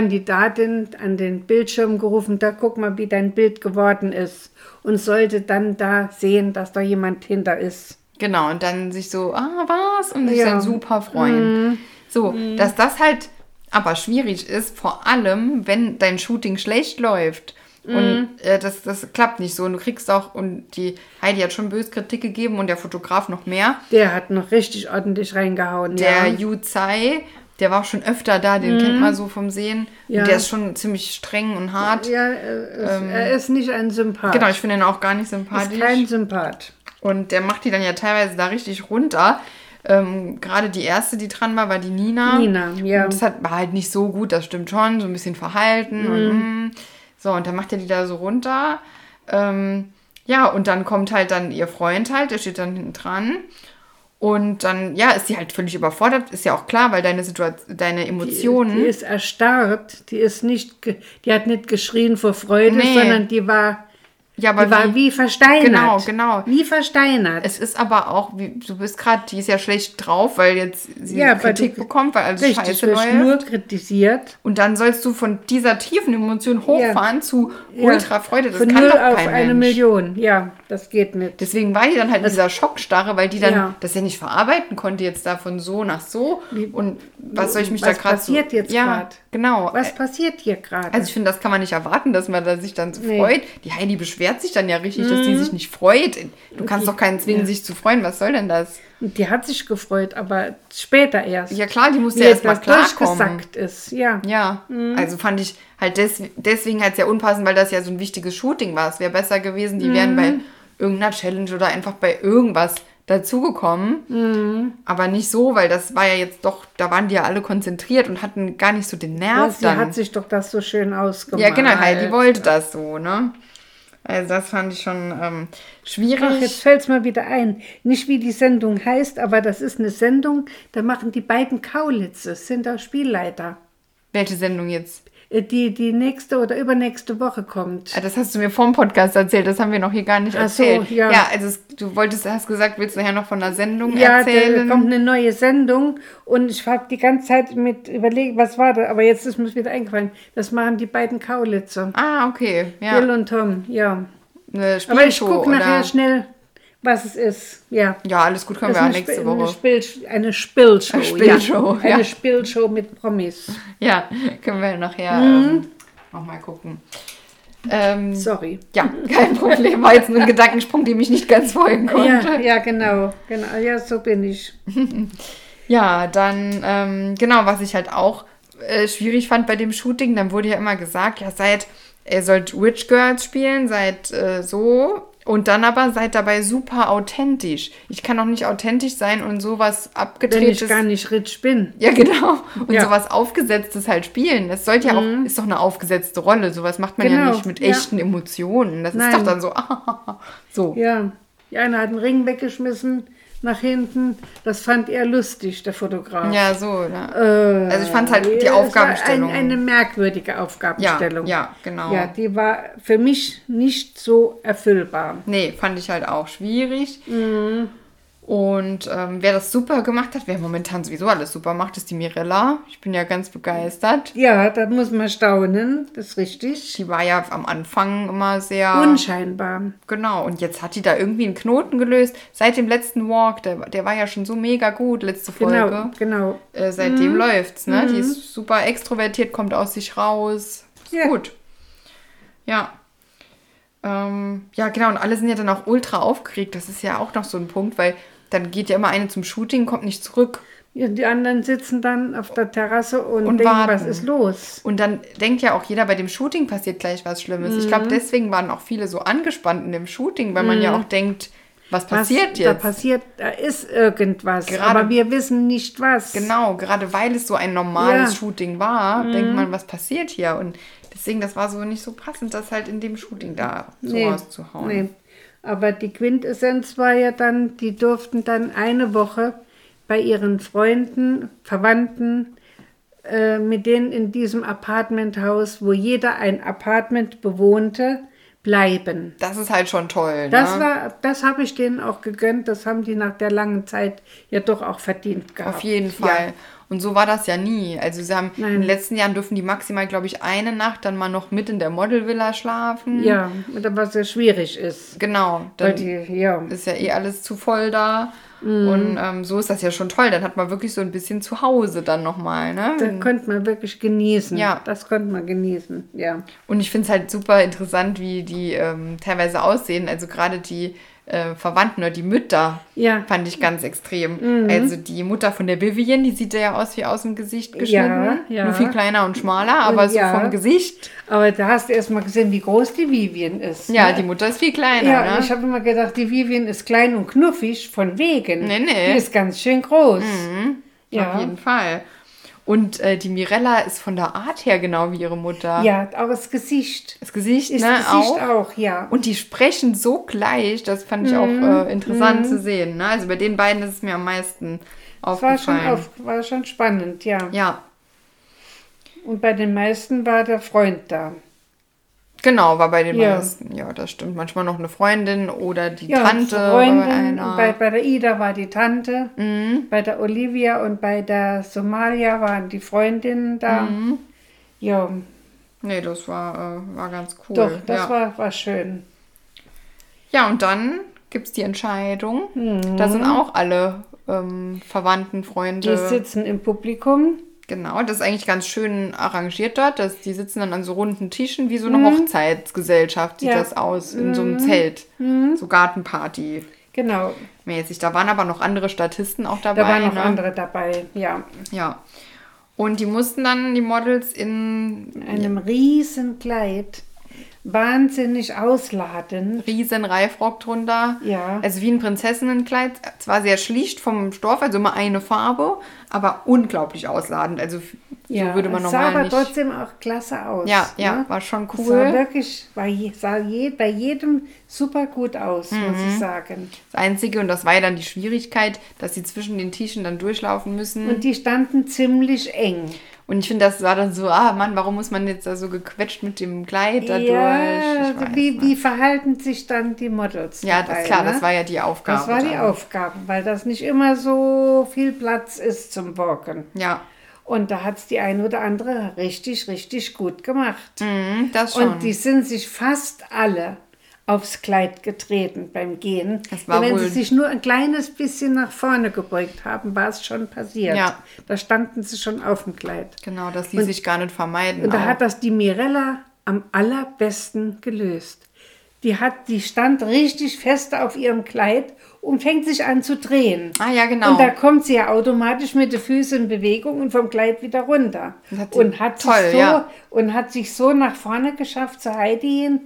[SPEAKER 3] Kandidatin an den Bildschirm gerufen, da guck mal, wie dein Bild geworden ist. Und sollte dann da sehen, dass da jemand hinter ist.
[SPEAKER 2] Genau, und dann sich so, ah, was? Und sich
[SPEAKER 3] Ja. Mhm.
[SPEAKER 2] dann super freuen. So, dass das halt aber schwierig ist, vor allem, wenn dein Shooting schlecht läuft.
[SPEAKER 3] Mhm.
[SPEAKER 2] Und äh, das, das klappt nicht so. Und du kriegst auch, und die Heidi hat schon bös Kritik gegeben und der Fotograf noch mehr.
[SPEAKER 3] Der hat noch richtig ordentlich reingehauen.
[SPEAKER 2] Der
[SPEAKER 3] ja. Mhm.
[SPEAKER 2] Yu Tsai, der war auch schon öfter da, den kennt man so vom Sehen.
[SPEAKER 3] Ja.
[SPEAKER 2] Und der ist schon ziemlich streng und hart.
[SPEAKER 3] ja, äh, es- er ist nicht ein Sympath.
[SPEAKER 2] Ähm, Genau, ich finde ihn auch gar nicht
[SPEAKER 3] ist
[SPEAKER 2] sympathisch.
[SPEAKER 3] kein Sympath.
[SPEAKER 2] Und der macht die dann ja teilweise da richtig runter. Ähm, Gerade die erste, die dran war, war die Nina.
[SPEAKER 3] Nina, ja.
[SPEAKER 2] Und das hat, war halt nicht so gut, das stimmt schon, so ein bisschen verhalten.
[SPEAKER 3] Mhm.
[SPEAKER 2] Und, mm. so, und dann macht er die da so runter. Ähm, ja, und dann kommt halt dann ihr Freund halt, der steht dann hinten dran. Und dann, ja, ist sie halt völlig überfordert, ist ja auch klar, weil deine Situation, deine Emotionen.
[SPEAKER 3] Die ist erstarrt, die ist nicht, ge- die hat nicht geschrien vor Freude,
[SPEAKER 2] Nee.
[SPEAKER 3] sondern die war,
[SPEAKER 2] ja,
[SPEAKER 3] die war wie versteinert.
[SPEAKER 2] Genau, genau.
[SPEAKER 3] Wie versteinert.
[SPEAKER 2] Es ist aber auch, wie, du bist gerade, die ist ja schlecht drauf, weil jetzt sie
[SPEAKER 3] Ja, weil
[SPEAKER 2] Kritik
[SPEAKER 3] du-
[SPEAKER 2] bekommt, weil alles
[SPEAKER 3] Richtig,
[SPEAKER 2] scheiße
[SPEAKER 3] wird
[SPEAKER 2] läuft.
[SPEAKER 3] nur kritisiert.
[SPEAKER 2] Und dann sollst du von dieser tiefen Emotion hochfahren zu ultra Freude. Das
[SPEAKER 3] Von
[SPEAKER 2] kann
[SPEAKER 3] null
[SPEAKER 2] doch
[SPEAKER 3] auf
[SPEAKER 2] kein
[SPEAKER 3] eine
[SPEAKER 2] Mensch.
[SPEAKER 3] Million. Ja, das geht nicht.
[SPEAKER 2] Deswegen war die dann halt in dieser Schockstarre, weil die dann
[SPEAKER 3] Ja.
[SPEAKER 2] das ja nicht verarbeiten konnte, jetzt da von so nach so. und was soll ich mich
[SPEAKER 3] was
[SPEAKER 2] da gerade so...
[SPEAKER 3] passiert jetzt
[SPEAKER 2] ja,
[SPEAKER 3] grad?
[SPEAKER 2] genau.
[SPEAKER 3] Was passiert hier gerade?
[SPEAKER 2] Also ich finde, das kann man nicht erwarten, dass man da sich dann so
[SPEAKER 3] Nee. Mhm.
[SPEAKER 2] freut. Die Heidi beschwert sich dann ja richtig, dass die sich nicht freut. Du kannst doch keinen zwingen, sich zu freuen. Was soll denn das?
[SPEAKER 3] Und die hat sich gefreut, aber später erst.
[SPEAKER 2] Ja klar, die musste
[SPEAKER 3] wie
[SPEAKER 2] ja erstmal
[SPEAKER 3] das
[SPEAKER 2] klarkommen.
[SPEAKER 3] durchgesackt ist. Ja.
[SPEAKER 2] Ja,
[SPEAKER 3] Mhm.
[SPEAKER 2] also fand ich halt des, deswegen halt sehr unpassend, weil das ja so ein wichtiges Shooting war. Es wäre besser gewesen, die wären bei
[SPEAKER 3] Mhm.
[SPEAKER 2] irgendeiner Challenge oder einfach bei irgendwas dazugekommen.
[SPEAKER 3] Mhm.
[SPEAKER 2] Aber nicht so, weil das war ja jetzt doch, da waren die ja alle konzentriert und hatten gar nicht so den Nerv
[SPEAKER 3] Ah, Sie
[SPEAKER 2] dann.
[SPEAKER 3] hat sich doch das so schön ausgemalt.
[SPEAKER 2] ja, genau, Heidi wollte das so, ne? Also das fand ich schon ähm, schwierig.
[SPEAKER 3] Ach, jetzt fällt es mir wieder ein. Nicht wie die Sendung heißt, aber das ist eine Sendung, da machen die beiden Kaulitze, sind da Spielleiter.
[SPEAKER 2] Welche Sendung jetzt?
[SPEAKER 3] Äh, Die, die nächste oder übernächste Woche kommt.
[SPEAKER 2] Ah, Das hast du mir vorm Podcast erzählt, das haben wir noch hier gar nicht
[SPEAKER 3] Ach so,
[SPEAKER 2] erzählt.
[SPEAKER 3] ja.
[SPEAKER 2] ja, also es, du wolltest, hast gesagt, willst nachher noch von einer Sendung
[SPEAKER 3] Ja, da
[SPEAKER 2] erzählen.
[SPEAKER 3] kommt eine neue Sendung und ich habe die ganze Zeit mit überlegt, was war da, aber jetzt ist mir wieder eingefallen. Das machen die beiden Kaulitze.
[SPEAKER 2] Ah, okay. Ja.
[SPEAKER 3] Bill und Tom, ja.
[SPEAKER 2] Eine
[SPEAKER 3] Aber ich
[SPEAKER 2] Spielshow
[SPEAKER 3] gucke
[SPEAKER 2] oder?
[SPEAKER 3] nachher schnell, was es ist. Ja.
[SPEAKER 2] Ja, alles gut, können
[SPEAKER 3] Das
[SPEAKER 2] wir auch
[SPEAKER 3] ist eine
[SPEAKER 2] nächste
[SPEAKER 3] Sp-
[SPEAKER 2] Woche.
[SPEAKER 3] Eine, Spiel, eine Spielshow.
[SPEAKER 2] Eine Spielshow,
[SPEAKER 3] ja.
[SPEAKER 2] ja.
[SPEAKER 3] Eine Spielshow mit Promis.
[SPEAKER 2] Ja, können wir nachher
[SPEAKER 3] Mhm.
[SPEAKER 2] ähm, nochmal gucken. Ähm,
[SPEAKER 3] Sorry.
[SPEAKER 2] Ja, kein Problem. War jetzt nur ein Gedankensprung, dem ich nicht ganz folgen konnte.
[SPEAKER 3] Ja, ja, genau, genau. Ja, so bin ich.
[SPEAKER 2] Ja, dann, ähm, genau, was ich halt auch äh, schwierig fand bei dem Shooting, dann wurde ja immer gesagt, ja, seid, ihr sollt Rich Girls spielen, seid äh, so. Und dann aber seid dabei super authentisch. Ich kann doch nicht authentisch sein und sowas
[SPEAKER 3] Wenn ich
[SPEAKER 2] abgedrehtes
[SPEAKER 3] gar nicht rich bin.
[SPEAKER 2] Ja, genau. Und
[SPEAKER 3] Ja. Mhm.
[SPEAKER 2] sowas Aufgesetztes halt spielen. Das sollte ja auch, ist doch eine aufgesetzte Rolle. Sowas macht man ja
[SPEAKER 3] Genau,
[SPEAKER 2] nicht mit
[SPEAKER 3] ja.
[SPEAKER 2] echten Emotionen. Das ist
[SPEAKER 3] Nein.
[SPEAKER 2] doch dann so, ah, so.
[SPEAKER 3] Ja. Die eine hat einen Ring weggeschmissen nach hinten. Das fand er lustig, der Fotograf.
[SPEAKER 2] Ja, so, ne?
[SPEAKER 3] Äh,
[SPEAKER 2] Also ich fand's halt die
[SPEAKER 3] ja, es war
[SPEAKER 2] Aufgabenstellung.
[SPEAKER 3] Ein, eine merkwürdige Aufgabenstellung.
[SPEAKER 2] ja, genau.
[SPEAKER 3] Ja, die war für mich nicht so erfüllbar.
[SPEAKER 2] Nee, fand ich halt auch schwierig.
[SPEAKER 3] Mhm.
[SPEAKER 2] Und ähm, wer das super gemacht hat, wer momentan sowieso alles super macht, ist die Mirella. Ich bin ja ganz begeistert.
[SPEAKER 3] Ja, da muss man staunen, das ist richtig.
[SPEAKER 2] Die war ja am Anfang immer sehr.
[SPEAKER 3] Unscheinbar.
[SPEAKER 2] Genau, und jetzt hat die da irgendwie einen Knoten gelöst. Seit dem letzten Walk, der, der war ja schon so mega gut, letzte Folge.
[SPEAKER 3] Genau, Mhm. genau.
[SPEAKER 2] Äh, seitdem läuft's, ne? Die ist super extrovertiert, kommt aus sich raus. Ist
[SPEAKER 3] Ja.
[SPEAKER 2] gut. Ja. Ähm, ja, genau, und alle sind ja dann auch ultra aufgeregt. Das ist ja auch noch so ein Punkt, weil dann geht ja immer eine zum Shooting, kommt nicht zurück.
[SPEAKER 3] Ja, Die anderen sitzen dann auf der Terrasse und,
[SPEAKER 2] Und
[SPEAKER 3] denken,
[SPEAKER 2] warten.
[SPEAKER 3] was ist los?
[SPEAKER 2] Und dann denkt ja auch jeder, bei dem Shooting passiert gleich was Schlimmes. Ich
[SPEAKER 3] Mhm.
[SPEAKER 2] glaube, deswegen waren auch viele so angespannt in dem Shooting, weil man ja auch denkt, was passiert
[SPEAKER 3] was, Da
[SPEAKER 2] jetzt?
[SPEAKER 3] passiert, da ist irgendwas,
[SPEAKER 2] Gerade-
[SPEAKER 3] aber wir wissen nicht was.
[SPEAKER 2] Genau, gerade weil es so ein normales
[SPEAKER 3] Ja. Mhm.
[SPEAKER 2] Shooting war, denkt man, was passiert hier? Und deswegen, das war so nicht so passend, das halt in dem Shooting da so
[SPEAKER 3] Nee,
[SPEAKER 2] rauszuhauen.
[SPEAKER 3] nee. Aber die Quintessenz war ja dann, die durften dann eine Woche bei ihren Freunden, Verwandten, äh, mit denen in diesem Apartmenthaus, wo jeder ein Apartment bewohnte, bleiben.
[SPEAKER 2] Das ist halt schon toll.
[SPEAKER 3] Das
[SPEAKER 2] ne?
[SPEAKER 3] war, das habe ich denen auch gegönnt. Das haben die nach der langen Zeit ja doch auch verdient gehabt.
[SPEAKER 2] Auf jeden
[SPEAKER 3] Ja.
[SPEAKER 2] Fall. Und so war das ja nie. Also sie haben in den
[SPEAKER 3] Nein.
[SPEAKER 2] letzten Jahren dürfen die maximal, glaube ich, eine Nacht dann mal noch mit in der Modelvilla schlafen.
[SPEAKER 3] Ja, und was sehr schwierig ist.
[SPEAKER 2] Genau.
[SPEAKER 3] Weil
[SPEAKER 2] Dann
[SPEAKER 3] die, Mhm. ja.
[SPEAKER 2] ist ja eh alles zu voll da. Und ähm, so ist das ja schon toll. Dann hat man wirklich so ein bisschen zu Hause dann nochmal, ne?
[SPEAKER 3] Da konnte man wirklich genießen.
[SPEAKER 2] Ja.
[SPEAKER 3] Das konnte man genießen, ja.
[SPEAKER 2] Und ich finde es halt super interessant, wie die ähm, teilweise aussehen. Also gerade die äh, Verwandten oder die Mütter
[SPEAKER 3] Ja. Mhm.
[SPEAKER 2] fand ich ganz extrem. Also die Mutter von der Vivian, die sieht ja aus wie aus dem Gesicht geschnitten.
[SPEAKER 3] ja.
[SPEAKER 2] Nur viel kleiner und schmaler, aber so
[SPEAKER 3] ja.
[SPEAKER 2] vom Gesicht.
[SPEAKER 3] Aber da hast du erst mal gesehen, wie groß die Vivian ist.
[SPEAKER 2] Ja,
[SPEAKER 3] ne?
[SPEAKER 2] die Mutter ist viel kleiner.
[SPEAKER 3] Ja,
[SPEAKER 2] ne?
[SPEAKER 3] ich habe immer gedacht, die Vivian ist klein und knuffig, von wegen.
[SPEAKER 2] Nee, nee. Mhm.
[SPEAKER 3] Die ist ganz schön groß.
[SPEAKER 2] Auf
[SPEAKER 3] Ja.
[SPEAKER 2] jeden Fall. Und äh, die Mirella ist von der Art her genau wie ihre Mutter.
[SPEAKER 3] ja, auch das Gesicht.
[SPEAKER 2] Das Gesicht,
[SPEAKER 3] Ist
[SPEAKER 2] ne,
[SPEAKER 3] Gesicht
[SPEAKER 2] auch.
[SPEAKER 3] auch, ja.
[SPEAKER 2] Und die sprechen so gleich, das fand ich
[SPEAKER 3] Mhm.
[SPEAKER 2] auch äh, interessant zu sehen. Ne? Also bei den beiden ist es mir am meisten
[SPEAKER 3] das war
[SPEAKER 2] aufgefallen.
[SPEAKER 3] schon, auf, war schon spannend, ja.
[SPEAKER 2] Ja,
[SPEAKER 3] Und bei den meisten war der Freund da.
[SPEAKER 2] genau, war bei den
[SPEAKER 3] Ja.
[SPEAKER 2] meisten. Ja, das stimmt. Manchmal noch eine Freundin oder die
[SPEAKER 3] Ja,
[SPEAKER 2] Tante
[SPEAKER 3] Freundin,
[SPEAKER 2] bei einer. Mhm.
[SPEAKER 3] Bei, bei der Ida war die Tante, bei der Olivia und bei der Somalia waren die Freundinnen da.
[SPEAKER 2] Mhm.
[SPEAKER 3] Ja,
[SPEAKER 2] nee, das war, äh, war ganz cool.
[SPEAKER 3] doch, das
[SPEAKER 2] ja.
[SPEAKER 3] war, war schön.
[SPEAKER 2] ja, und dann gibt es die Entscheidung. Da sind auch alle ähm, Verwandten,
[SPEAKER 3] Mhm. Die
[SPEAKER 2] Freunde.
[SPEAKER 3] sitzen im Publikum.
[SPEAKER 2] genau, das ist eigentlich ganz schön arrangiert dort. Dass die sitzen dann an so runden Tischen, wie so eine Hochzeitsgesellschaft sieht
[SPEAKER 3] Mhm. Ja. Mhm.
[SPEAKER 2] das aus, in so einem Zelt. So Gartenparty.
[SPEAKER 3] Genau,
[SPEAKER 2] Mäßig. Da waren aber noch andere Statisten auch dabei.
[SPEAKER 3] da waren noch
[SPEAKER 2] ne?
[SPEAKER 3] andere dabei. Ja,
[SPEAKER 2] Ja. Und die mussten dann die Models in
[SPEAKER 3] in einem riesen Kleid, wahnsinnig ausladend.
[SPEAKER 2] riesen Reifrock drunter.
[SPEAKER 3] Ja.
[SPEAKER 2] Also wie ein Prinzessinnenkleid. Zwar sehr schlicht vom Stoff, also immer eine Farbe, aber unglaublich ausladend. Also f- so würde man
[SPEAKER 3] es sah aber
[SPEAKER 2] normal nicht.
[SPEAKER 3] trotzdem auch klasse aus.
[SPEAKER 2] Ja, ja,
[SPEAKER 3] ne?
[SPEAKER 2] war schon
[SPEAKER 3] Es sah
[SPEAKER 2] cool.
[SPEAKER 3] wirklich, war je, sah je, bei jedem super gut aus, muss
[SPEAKER 2] Mhm.
[SPEAKER 3] ich sagen.
[SPEAKER 2] Das Einzige, und das war ja dann die Schwierigkeit, dass sie zwischen den Tischen dann durchlaufen müssen.
[SPEAKER 3] Und die standen ziemlich eng.
[SPEAKER 2] Und ich finde, das war dann so, ah Mann, warum muss man jetzt da so gequetscht mit dem Kleid dadurch?
[SPEAKER 3] ja, also
[SPEAKER 2] Ich weiß
[SPEAKER 3] wie,
[SPEAKER 2] nicht.
[SPEAKER 3] wie verhalten sich dann die Models?
[SPEAKER 2] ja, das
[SPEAKER 3] dabei,
[SPEAKER 2] ist klar,
[SPEAKER 3] ne?
[SPEAKER 2] das war ja die Aufgabe.
[SPEAKER 3] Das war die
[SPEAKER 2] dann.
[SPEAKER 3] Aufgabe, weil das nicht immer so viel Platz ist zum Walken.
[SPEAKER 2] Ja,
[SPEAKER 3] Und da hat es die eine oder andere richtig, richtig gut gemacht.
[SPEAKER 2] mhm, das schon.
[SPEAKER 3] Und die sind sich fast alle aufs Kleid getreten beim Gehen.
[SPEAKER 2] Das war
[SPEAKER 3] Wenn
[SPEAKER 2] wohl-
[SPEAKER 3] sie sich nur ein kleines bisschen nach vorne gebeugt haben, war es schon passiert.
[SPEAKER 2] Ja.
[SPEAKER 3] Da standen sie schon auf dem Kleid.
[SPEAKER 2] Genau, das ließ sich gar nicht vermeiden.
[SPEAKER 3] Und da
[SPEAKER 2] auch.
[SPEAKER 3] hat das die Mirella am allerbesten gelöst. Die, hat, die stand richtig fest auf ihrem Kleid und fängt sich an zu drehen.
[SPEAKER 2] Ah, ja, genau.
[SPEAKER 3] Und da kommt sie ja automatisch mit den Füßen in Bewegung und vom Kleid wieder runter.
[SPEAKER 2] Und hat sie-
[SPEAKER 3] und, hat
[SPEAKER 2] toll,
[SPEAKER 3] sich so,
[SPEAKER 2] ja.
[SPEAKER 3] und hat sich so nach vorne geschafft zu Heidi hin.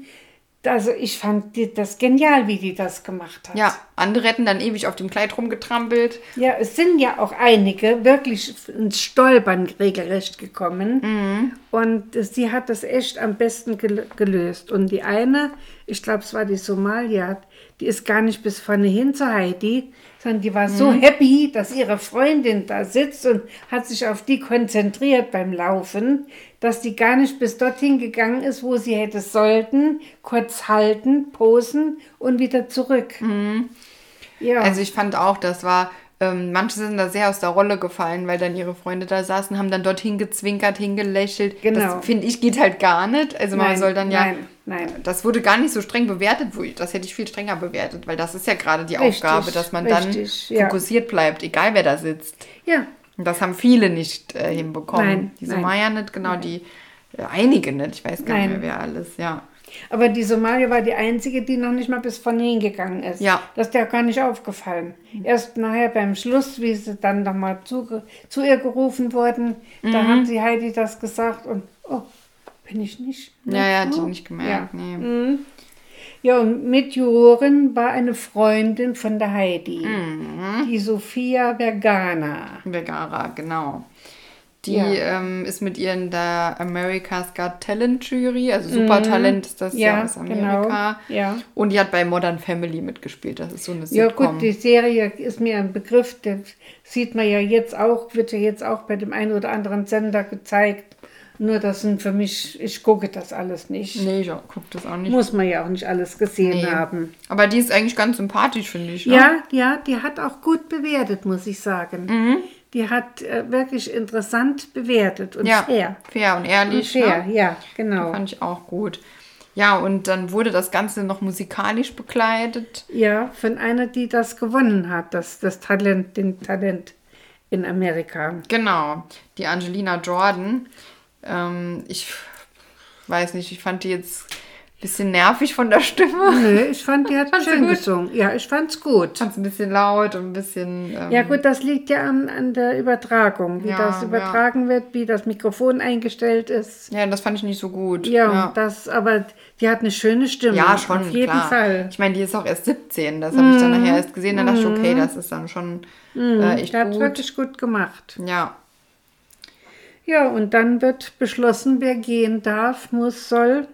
[SPEAKER 3] Also ich fand die, das genial, wie die das gemacht hat.
[SPEAKER 2] ja, Andere hätten dann ewig auf dem Kleid rumgetrampelt.
[SPEAKER 3] Ja, es sind ja auch einige wirklich ins Stolpern regelrecht gekommen. Und sie hat das echt am besten gel gelöst. Und die eine, ich glaube, es war die Somalia, die ist gar nicht bis vorne hin zu Heidi, sondern die war so happy, dass ihre Freundin da sitzt und hat sich auf die konzentriert beim Laufen, dass die gar nicht bis dorthin gegangen ist, wo sie hätte sollten, kurz halten, posen und wieder zurück. Ja.
[SPEAKER 2] Also ich fand auch, das war, ähm, manche sind da sehr aus der Rolle gefallen, weil dann ihre Freunde da saßen, haben dann dorthin gezwinkert, hingelächelt.
[SPEAKER 3] Genau.
[SPEAKER 2] Das finde ich geht halt gar nicht. Also man
[SPEAKER 3] Nein,
[SPEAKER 2] soll dann ja.
[SPEAKER 3] nein, nein.
[SPEAKER 2] Das wurde gar nicht so streng bewertet, wo ich, das hätte ich viel strenger bewertet, weil das ist ja gerade die
[SPEAKER 3] Richtig,
[SPEAKER 2] Aufgabe, dass man
[SPEAKER 3] richtig,
[SPEAKER 2] dann
[SPEAKER 3] ja.
[SPEAKER 2] fokussiert bleibt, egal wer da sitzt.
[SPEAKER 3] ja,
[SPEAKER 2] Und das haben viele nicht äh, hinbekommen.
[SPEAKER 3] Nein,
[SPEAKER 2] die
[SPEAKER 3] nein.
[SPEAKER 2] Somaya nicht, genau, die äh, einige nicht. Ich weiß gar
[SPEAKER 3] Nein.
[SPEAKER 2] nicht mehr, wer alles, ja.
[SPEAKER 3] Aber die Somalia war die einzige, die noch nicht mal bis vorne hingegangen ist.
[SPEAKER 2] Ja.
[SPEAKER 3] Das ist ja gar nicht aufgefallen. Erst nachher beim Schluss, wie sie dann nochmal zu, zu ihr gerufen wurden, da hat sie Heidi das gesagt und, oh, bin ich nicht.
[SPEAKER 2] Ja, ja, hat die
[SPEAKER 3] Oh.
[SPEAKER 2] nicht gemerkt.
[SPEAKER 3] Ja.
[SPEAKER 2] Nee.
[SPEAKER 3] Ja, und mit Jurorin war eine Freundin von der Heidi, die Sophia Vergana.
[SPEAKER 2] Vergara, genau. Die
[SPEAKER 3] Ja.
[SPEAKER 2] ähm, ist mit ihr in der America's Got Talent Jury, also Supertalent ist das ja,
[SPEAKER 3] Mhm. Ja,
[SPEAKER 2] aus Amerika.
[SPEAKER 3] genau, ja.
[SPEAKER 2] Und die hat bei Modern Family mitgespielt, das ist so eine
[SPEAKER 3] Ja
[SPEAKER 2] Sitcom.
[SPEAKER 3] gut, die Serie ist mir ein Begriff, der sieht man ja jetzt auch, wird ja jetzt auch bei dem einen oder anderen Sender gezeigt. Nur das sind für mich, ich gucke das alles nicht.
[SPEAKER 2] nee, ich gucke das auch nicht.
[SPEAKER 3] Muss man ja auch nicht alles gesehen
[SPEAKER 2] Nee.
[SPEAKER 3] haben.
[SPEAKER 2] Aber die ist eigentlich ganz sympathisch, finde ich. ne?
[SPEAKER 3] Ja, ja, die hat auch gut bewertet, muss ich sagen.
[SPEAKER 2] Mhm.
[SPEAKER 3] Die hat äh, wirklich interessant bewertet und
[SPEAKER 2] ja.
[SPEAKER 3] fair.
[SPEAKER 2] Fair und ehrlich.
[SPEAKER 3] Fair,
[SPEAKER 2] ne?
[SPEAKER 3] ja, genau.
[SPEAKER 2] Fand ich auch gut. Ja, und dann wurde das Ganze noch musikalisch begleitet.
[SPEAKER 3] Ja, von einer, die das gewonnen hat, das, das Talent, den Talent in Amerika.
[SPEAKER 2] Genau, die Angelina Jordan. Ähm, ich weiß nicht, ich fand die jetzt ein bisschen nervig von der Stimme.
[SPEAKER 3] Nö, ich fand, die hat
[SPEAKER 2] Fandst du
[SPEAKER 3] schön
[SPEAKER 2] gut?
[SPEAKER 3] gesungen. Ja, ich fand's gut.
[SPEAKER 2] Ich fand es ein bisschen laut und ein bisschen. Ähm,
[SPEAKER 3] Ja gut, das liegt ja an, an der Übertragung, wie
[SPEAKER 2] Ja,
[SPEAKER 3] das übertragen wird, wie das Mikrofon eingestellt ist.
[SPEAKER 2] ja, das fand ich nicht so gut.
[SPEAKER 3] Ja,
[SPEAKER 2] ja.
[SPEAKER 3] und das, aber die hat eine schöne Stimme.
[SPEAKER 2] Ja, schon,
[SPEAKER 3] Auf jeden
[SPEAKER 2] klar.
[SPEAKER 3] Fall.
[SPEAKER 2] Ich meine, die ist auch erst 17, das habe ich dann nachher erst gesehen. Dann dachte ich,
[SPEAKER 3] Mhm.
[SPEAKER 2] okay, das ist dann schon äh, echt
[SPEAKER 3] Die hat
[SPEAKER 2] gut.
[SPEAKER 3] wirklich gut gemacht.
[SPEAKER 2] Ja,
[SPEAKER 3] Ja, und dann wird beschlossen, wer gehen darf, muss, soll.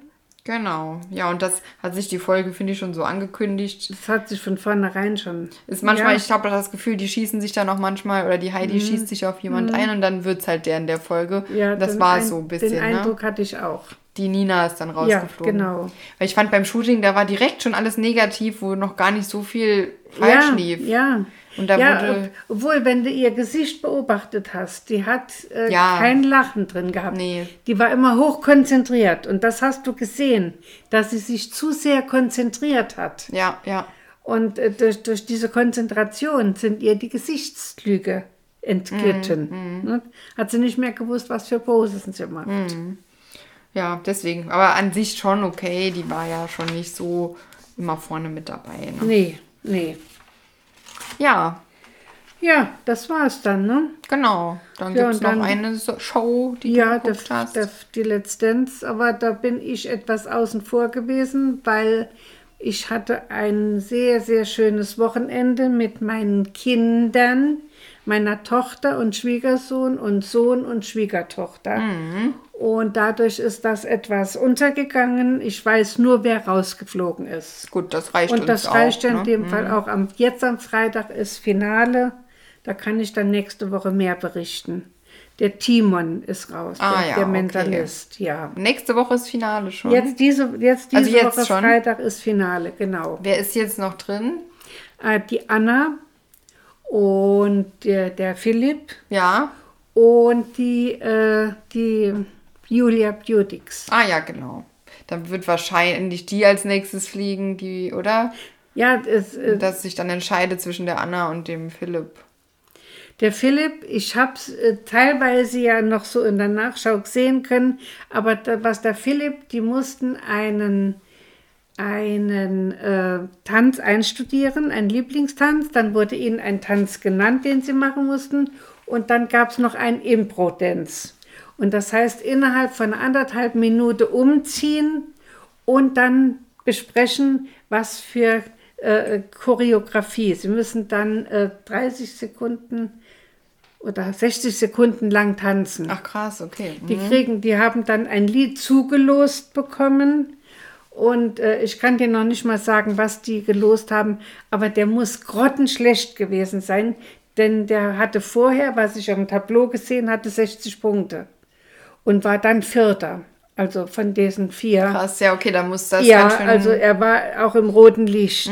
[SPEAKER 2] genau. Ja, und das hat sich die Folge, finde ich, schon so angekündigt.
[SPEAKER 3] Das hat sich von vornherein schon.
[SPEAKER 2] Ist manchmal,
[SPEAKER 3] ja. Mhm.
[SPEAKER 2] ich habe das Gefühl, die schießen sich dann auch manchmal oder die Heidi schießt sich auf jemand ein und dann wird es halt der in der Folge.
[SPEAKER 3] ja,
[SPEAKER 2] das
[SPEAKER 3] den
[SPEAKER 2] war
[SPEAKER 3] Ein-
[SPEAKER 2] so ein bisschen.
[SPEAKER 3] Den
[SPEAKER 2] ne?
[SPEAKER 3] Eindruck hatte ich auch.
[SPEAKER 2] Die Nina ist dann rausgeflogen.
[SPEAKER 3] Ja, genau.
[SPEAKER 2] Weil ich fand beim Shooting, da war direkt schon alles negativ, wo noch gar nicht so viel falsch
[SPEAKER 3] ja,
[SPEAKER 2] lief.
[SPEAKER 3] Ja.
[SPEAKER 2] Und da
[SPEAKER 3] ja,
[SPEAKER 2] wurde-
[SPEAKER 3] ob, obwohl, wenn du ihr Gesicht beobachtet hast, die hat äh,
[SPEAKER 2] Ja.
[SPEAKER 3] kein Lachen drin gehabt.
[SPEAKER 2] Nee.
[SPEAKER 3] Die war immer hoch konzentriert und das hast du gesehen, dass sie sich zu sehr konzentriert hat.
[SPEAKER 2] Ja, ja.
[SPEAKER 3] Und äh, durch, durch diese Konzentration sind ihr die Gesichtslüge entglitten.
[SPEAKER 2] Mm,
[SPEAKER 3] Ne? Hat sie nicht mehr gewusst, was für Posen sie macht.
[SPEAKER 2] Ja, deswegen. Aber an sich schon okay. Die war ja schon nicht so immer vorne mit dabei. Ne?
[SPEAKER 3] Nee, nee.
[SPEAKER 2] Ja,
[SPEAKER 3] Ja, das war's dann, ne?
[SPEAKER 2] genau. Dann gibt's
[SPEAKER 3] Ja, und
[SPEAKER 2] gibt es
[SPEAKER 3] dann-
[SPEAKER 2] noch eine so Show, die
[SPEAKER 3] Ja,
[SPEAKER 2] du geguckt
[SPEAKER 3] das,
[SPEAKER 2] hast.
[SPEAKER 3] das, die Let's Dance, aber da bin ich etwas außen vor gewesen, weil ich hatte ein sehr, sehr schönes Wochenende mit meinen Kindern, meiner Tochter und Schwiegersohn und Sohn und Schwiegertochter.
[SPEAKER 2] Mhm.
[SPEAKER 3] Und dadurch ist das etwas untergegangen. Ich weiß nur, wer rausgeflogen ist.
[SPEAKER 2] Gut, das reicht uns
[SPEAKER 3] Und das
[SPEAKER 2] auch.
[SPEAKER 3] reicht ja in
[SPEAKER 2] ne?
[SPEAKER 3] dem Fall auch. Am, jetzt am Freitag ist Finale. Da kann ich dann nächste Woche mehr berichten. Der Timon ist raus,
[SPEAKER 2] Ah,
[SPEAKER 3] der,
[SPEAKER 2] ja,
[SPEAKER 3] der
[SPEAKER 2] okay.
[SPEAKER 3] Mentalist, ja.
[SPEAKER 2] Nächste Woche ist Finale schon.
[SPEAKER 3] Jetzt diese, jetzt diese
[SPEAKER 2] Also jetzt
[SPEAKER 3] Woche
[SPEAKER 2] schon?
[SPEAKER 3] Freitag ist Finale, genau.
[SPEAKER 2] Wer ist jetzt noch drin?
[SPEAKER 3] Äh, die Anna und der, der Philipp
[SPEAKER 2] Ja.
[SPEAKER 3] und die, äh, die Julia Beautix.
[SPEAKER 2] Ah ja, genau. Dann wird wahrscheinlich die als nächstes fliegen, die, oder?
[SPEAKER 3] Ja, es, äh,
[SPEAKER 2] Dass sich dann entscheidet zwischen der Anna und dem Philipp.
[SPEAKER 3] Der Philipp, ich habe es äh, teilweise ja noch so in der Nachschau sehen können, aber da, was der Philipp, die mussten einen, einen äh, Tanz einstudieren, einen Lieblingstanz, dann wurde ihnen ein Tanz genannt, den sie machen mussten und dann gab es noch einen Impro-Dance. Und das heißt, innerhalb von einer anderthalb Minute umziehen und dann besprechen, was für äh, Choreografie. Sie müssen dann äh, 30 Sekunden oder 60 Sekunden lang tanzen.
[SPEAKER 2] Ach krass, okay.
[SPEAKER 3] Die kriegen, die haben dann ein Lied zugelost bekommen. Und äh, ich kann dir noch nicht mal sagen, was die gelost haben, aber der muss grottenschlecht gewesen sein, denn der hatte vorher, was ich am Tableau gesehen hatte, 60 Punkte und war dann Vierter, also von diesen vier.
[SPEAKER 2] Krass, ja, okay, da muss das Mhm.
[SPEAKER 3] Ja,
[SPEAKER 2] ganz schön.
[SPEAKER 3] also er war auch im roten Licht.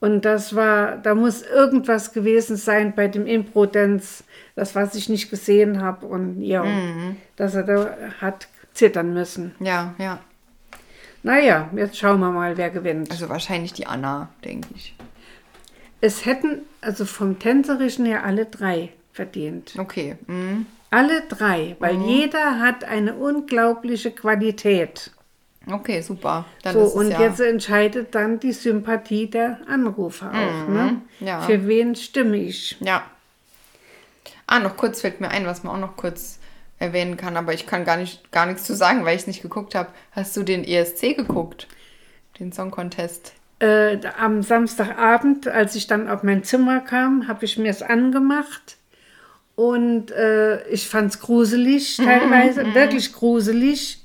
[SPEAKER 3] Und das war, da muss irgendwas gewesen sein bei dem Impro-Dance, das was ich nicht gesehen habe. Und ja,
[SPEAKER 2] Mhm.
[SPEAKER 3] dass er da hat zittern müssen.
[SPEAKER 2] ja, ja.
[SPEAKER 3] Naja, jetzt schauen wir mal, wer gewinnt.
[SPEAKER 2] Also wahrscheinlich die Anna, denke ich.
[SPEAKER 3] es hätten also vom Tänzerischen her alle drei verdient.
[SPEAKER 2] Okay. Mhm.
[SPEAKER 3] Alle drei, weil jeder hat eine unglaubliche Qualität.
[SPEAKER 2] Okay, super. Dann
[SPEAKER 3] So,
[SPEAKER 2] ist es
[SPEAKER 3] und
[SPEAKER 2] ja.
[SPEAKER 3] jetzt entscheidet dann die Sympathie der Anrufer auch, ne?
[SPEAKER 2] Mhm. ja.
[SPEAKER 3] Für wen stimme ich?
[SPEAKER 2] Ja. Ah, noch kurz fällt mir ein, was man auch noch kurz erwähnen kann, aber ich kann gar, nicht, gar nichts zu sagen, weil ich es nicht geguckt habe. Hast du den ESC geguckt? Den Song Contest?
[SPEAKER 3] Äh, am Samstagabend, als ich dann auf mein Zimmer kam, habe ich mir es angemacht und äh, ich fand es gruselig
[SPEAKER 2] Mhm,
[SPEAKER 3] teilweise, wirklich gruselig.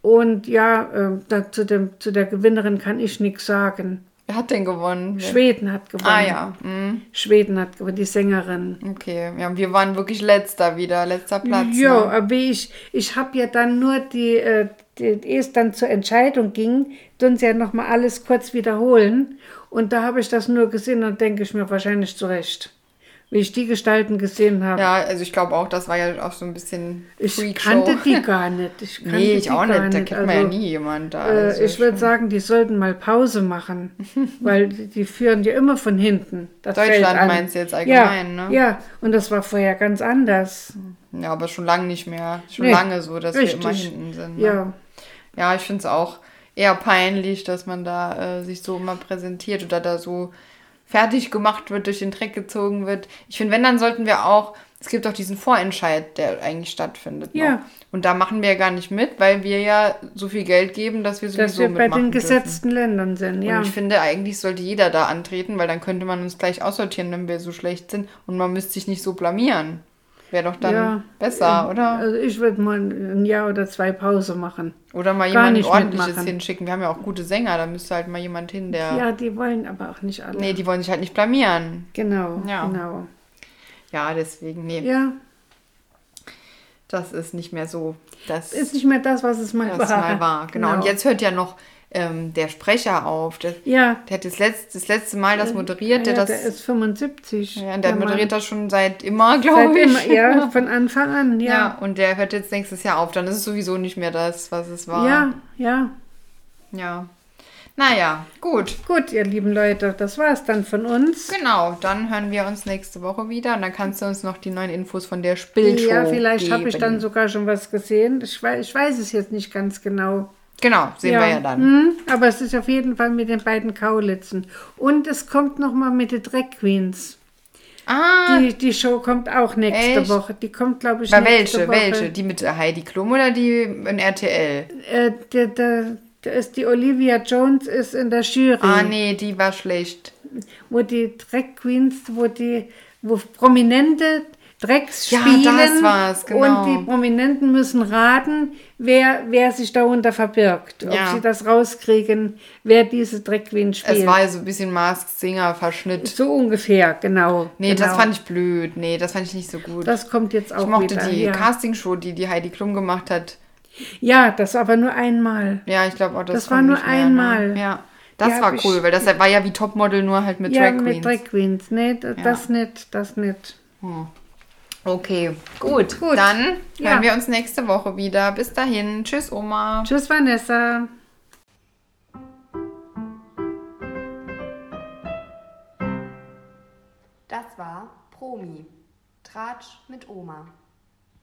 [SPEAKER 3] Und ja, äh, da, zu, dem, zu der Gewinnerin kann ich nichts sagen.
[SPEAKER 2] Wer hat denn gewonnen? Wer-
[SPEAKER 3] Schweden hat gewonnen.
[SPEAKER 2] Ah ja, mhm.
[SPEAKER 3] Schweden hat gewonnen, die Sängerin.
[SPEAKER 2] okay. Ja, wir waren wirklich letzter wieder, letzter Platz.
[SPEAKER 3] Ja,
[SPEAKER 2] Ne?
[SPEAKER 3] aber ich, ich habe ja dann nur die, äh, die, ehe es dann zur Entscheidung ging, tun sie ja nochmal alles kurz wiederholen. Und da habe ich das nur gesehen und denke ich mir wahrscheinlich zurecht, wie ich die Gestalten gesehen habe.
[SPEAKER 2] Ja, also ich glaube auch, das war ja auch so ein bisschen
[SPEAKER 3] ich
[SPEAKER 2] Freakshow.
[SPEAKER 3] kannte die gar nicht. Ich kannte
[SPEAKER 2] Nee, ich
[SPEAKER 3] die
[SPEAKER 2] auch
[SPEAKER 3] gar
[SPEAKER 2] nicht. Da kennt man ja
[SPEAKER 3] Also,
[SPEAKER 2] nie jemand da.
[SPEAKER 3] äh,
[SPEAKER 2] Also
[SPEAKER 3] ich würde sagen, die sollten mal Pause machen, weil die die führen ja immer von hinten. Das
[SPEAKER 2] Deutschland
[SPEAKER 3] fällt an.
[SPEAKER 2] meinst du jetzt allgemein,
[SPEAKER 3] ja,
[SPEAKER 2] ne?
[SPEAKER 3] Ja, und das war vorher ganz anders.
[SPEAKER 2] Ja, aber schon lange nicht mehr. Schon
[SPEAKER 3] Nee,
[SPEAKER 2] lange so, dass
[SPEAKER 3] richtig.
[SPEAKER 2] wir immer hinten sind. Ne?
[SPEAKER 3] Ja.
[SPEAKER 2] Ja, ich finde es auch eher peinlich, dass man da äh, sich so immer präsentiert oder da so fertig gemacht wird, durch den Dreck gezogen wird. Ich finde, wenn, dann sollten wir auch, es gibt auch diesen Vorentscheid, der eigentlich stattfindet. noch.
[SPEAKER 3] Ja.
[SPEAKER 2] Und da machen wir ja gar nicht mit, weil wir ja so viel Geld geben, dass wir sowieso
[SPEAKER 3] Dass wir bei
[SPEAKER 2] mitmachen
[SPEAKER 3] den
[SPEAKER 2] dürfen.
[SPEAKER 3] gesetzten Ländern sind, ja.
[SPEAKER 2] Und ich finde, eigentlich sollte jeder da antreten, weil dann könnte man uns gleich aussortieren, wenn wir so schlecht sind. Und man müsste sich nicht so blamieren. Wäre doch dann
[SPEAKER 3] Ja.
[SPEAKER 2] besser, oder?
[SPEAKER 3] Also ich würde mal ein Jahr oder zwei Pause machen.
[SPEAKER 2] Oder mal
[SPEAKER 3] Gar
[SPEAKER 2] jemand
[SPEAKER 3] nicht
[SPEAKER 2] ordentliches
[SPEAKER 3] mitmachen.
[SPEAKER 2] hinschicken. Wir haben ja auch gute Sänger, da müsste halt mal jemand hin, der.
[SPEAKER 3] Ja, die wollen aber auch nicht alle.
[SPEAKER 2] Nee, die wollen sich halt nicht blamieren.
[SPEAKER 3] Genau,
[SPEAKER 2] Ja.
[SPEAKER 3] genau.
[SPEAKER 2] Ja, deswegen, nee,
[SPEAKER 3] Ja,
[SPEAKER 2] das ist nicht mehr so. Das
[SPEAKER 3] ist nicht mehr das, was es mal
[SPEAKER 2] das
[SPEAKER 3] war.
[SPEAKER 2] mal war. Genau. Und jetzt hört ja noch ähm, der Sprecher auf. Der,
[SPEAKER 3] Ja. Ah
[SPEAKER 2] der hat das letzte, das letzte Mal das moderiert,
[SPEAKER 3] ja,
[SPEAKER 2] der das.
[SPEAKER 3] der ist 75.
[SPEAKER 2] ja, der
[SPEAKER 3] Mann.
[SPEAKER 2] moderiert das schon seit immer, glaube
[SPEAKER 3] Seitdem,
[SPEAKER 2] ich.
[SPEAKER 3] ja, von Anfang an,
[SPEAKER 2] Ja,
[SPEAKER 3] ja.
[SPEAKER 2] und der hört jetzt nächstes Jahr auf. Dann ist es sowieso nicht mehr das, was es war.
[SPEAKER 3] Ja, ja.
[SPEAKER 2] Ja. Naja, gut.
[SPEAKER 3] Gut, ihr lieben Leute, das war's dann von uns.
[SPEAKER 2] Genau, dann hören wir uns nächste Woche wieder und dann kannst du uns noch die neuen Infos von der Spielshow
[SPEAKER 3] Ja, vielleicht habe ich
[SPEAKER 2] geben.
[SPEAKER 3] dann sogar schon was gesehen. Ich weiß, ich weiß es jetzt nicht ganz genau.
[SPEAKER 2] Genau, sehen wir ja dann.
[SPEAKER 3] Hm, aber es ist auf jeden Fall mit den beiden Kaulitzen. Und es kommt nochmal mit den Drag Queens.
[SPEAKER 2] Ah,
[SPEAKER 3] Die, die Show kommt auch nächste
[SPEAKER 2] Echt?
[SPEAKER 3] Woche. Die kommt, glaube ich,
[SPEAKER 2] aber welche,
[SPEAKER 3] nächste Woche.
[SPEAKER 2] welche? Die mit Heidi Klum oder die in RTL?
[SPEAKER 3] Äh, der, der, der ist die Olivia Jones ist in der Jury,
[SPEAKER 2] Ah, nee, die war schlecht.
[SPEAKER 3] wo die Drag Queens, wo die wo prominente Drecks
[SPEAKER 2] Ja,
[SPEAKER 3] spielen
[SPEAKER 2] das war's, genau.
[SPEAKER 3] und die Prominenten müssen raten, wer, wer sich darunter verbirgt,
[SPEAKER 2] Ja.
[SPEAKER 3] ob sie das rauskriegen, wer diese Drag Queen spielt.
[SPEAKER 2] Es war ja so ein bisschen Mask-Singer-Verschnitt.
[SPEAKER 3] so ungefähr, genau.
[SPEAKER 2] Nee,
[SPEAKER 3] genau.
[SPEAKER 2] das fand ich blöd. Nee, das fand ich nicht so gut.
[SPEAKER 3] das kommt jetzt auch
[SPEAKER 2] ich mochte
[SPEAKER 3] wieder.
[SPEAKER 2] die
[SPEAKER 3] ja.
[SPEAKER 2] Castingshow, die die Heidi Klum gemacht hat.
[SPEAKER 3] ja, das aber nur einmal.
[SPEAKER 2] Ja, ich glaube auch, das,
[SPEAKER 3] Das war
[SPEAKER 2] kommt
[SPEAKER 3] nur
[SPEAKER 2] nicht mehr,
[SPEAKER 3] einmal.
[SPEAKER 2] Ne? Ja, das
[SPEAKER 3] Die
[SPEAKER 2] war
[SPEAKER 3] hab ich-
[SPEAKER 2] cool, weil das war ja wie Topmodel, nur halt mit
[SPEAKER 3] ja,
[SPEAKER 2] Drag Queens.
[SPEAKER 3] mit Drag Queens. Nee, d- das nicht, das nicht.
[SPEAKER 2] Okay, gut.
[SPEAKER 3] Gut.
[SPEAKER 2] Dann hören
[SPEAKER 3] Ja.
[SPEAKER 2] wir uns nächste Woche wieder. Bis dahin. Tschüss, Oma.
[SPEAKER 3] Tschüss, Vanessa.
[SPEAKER 1] Das war Promi. Tratsch mit Oma.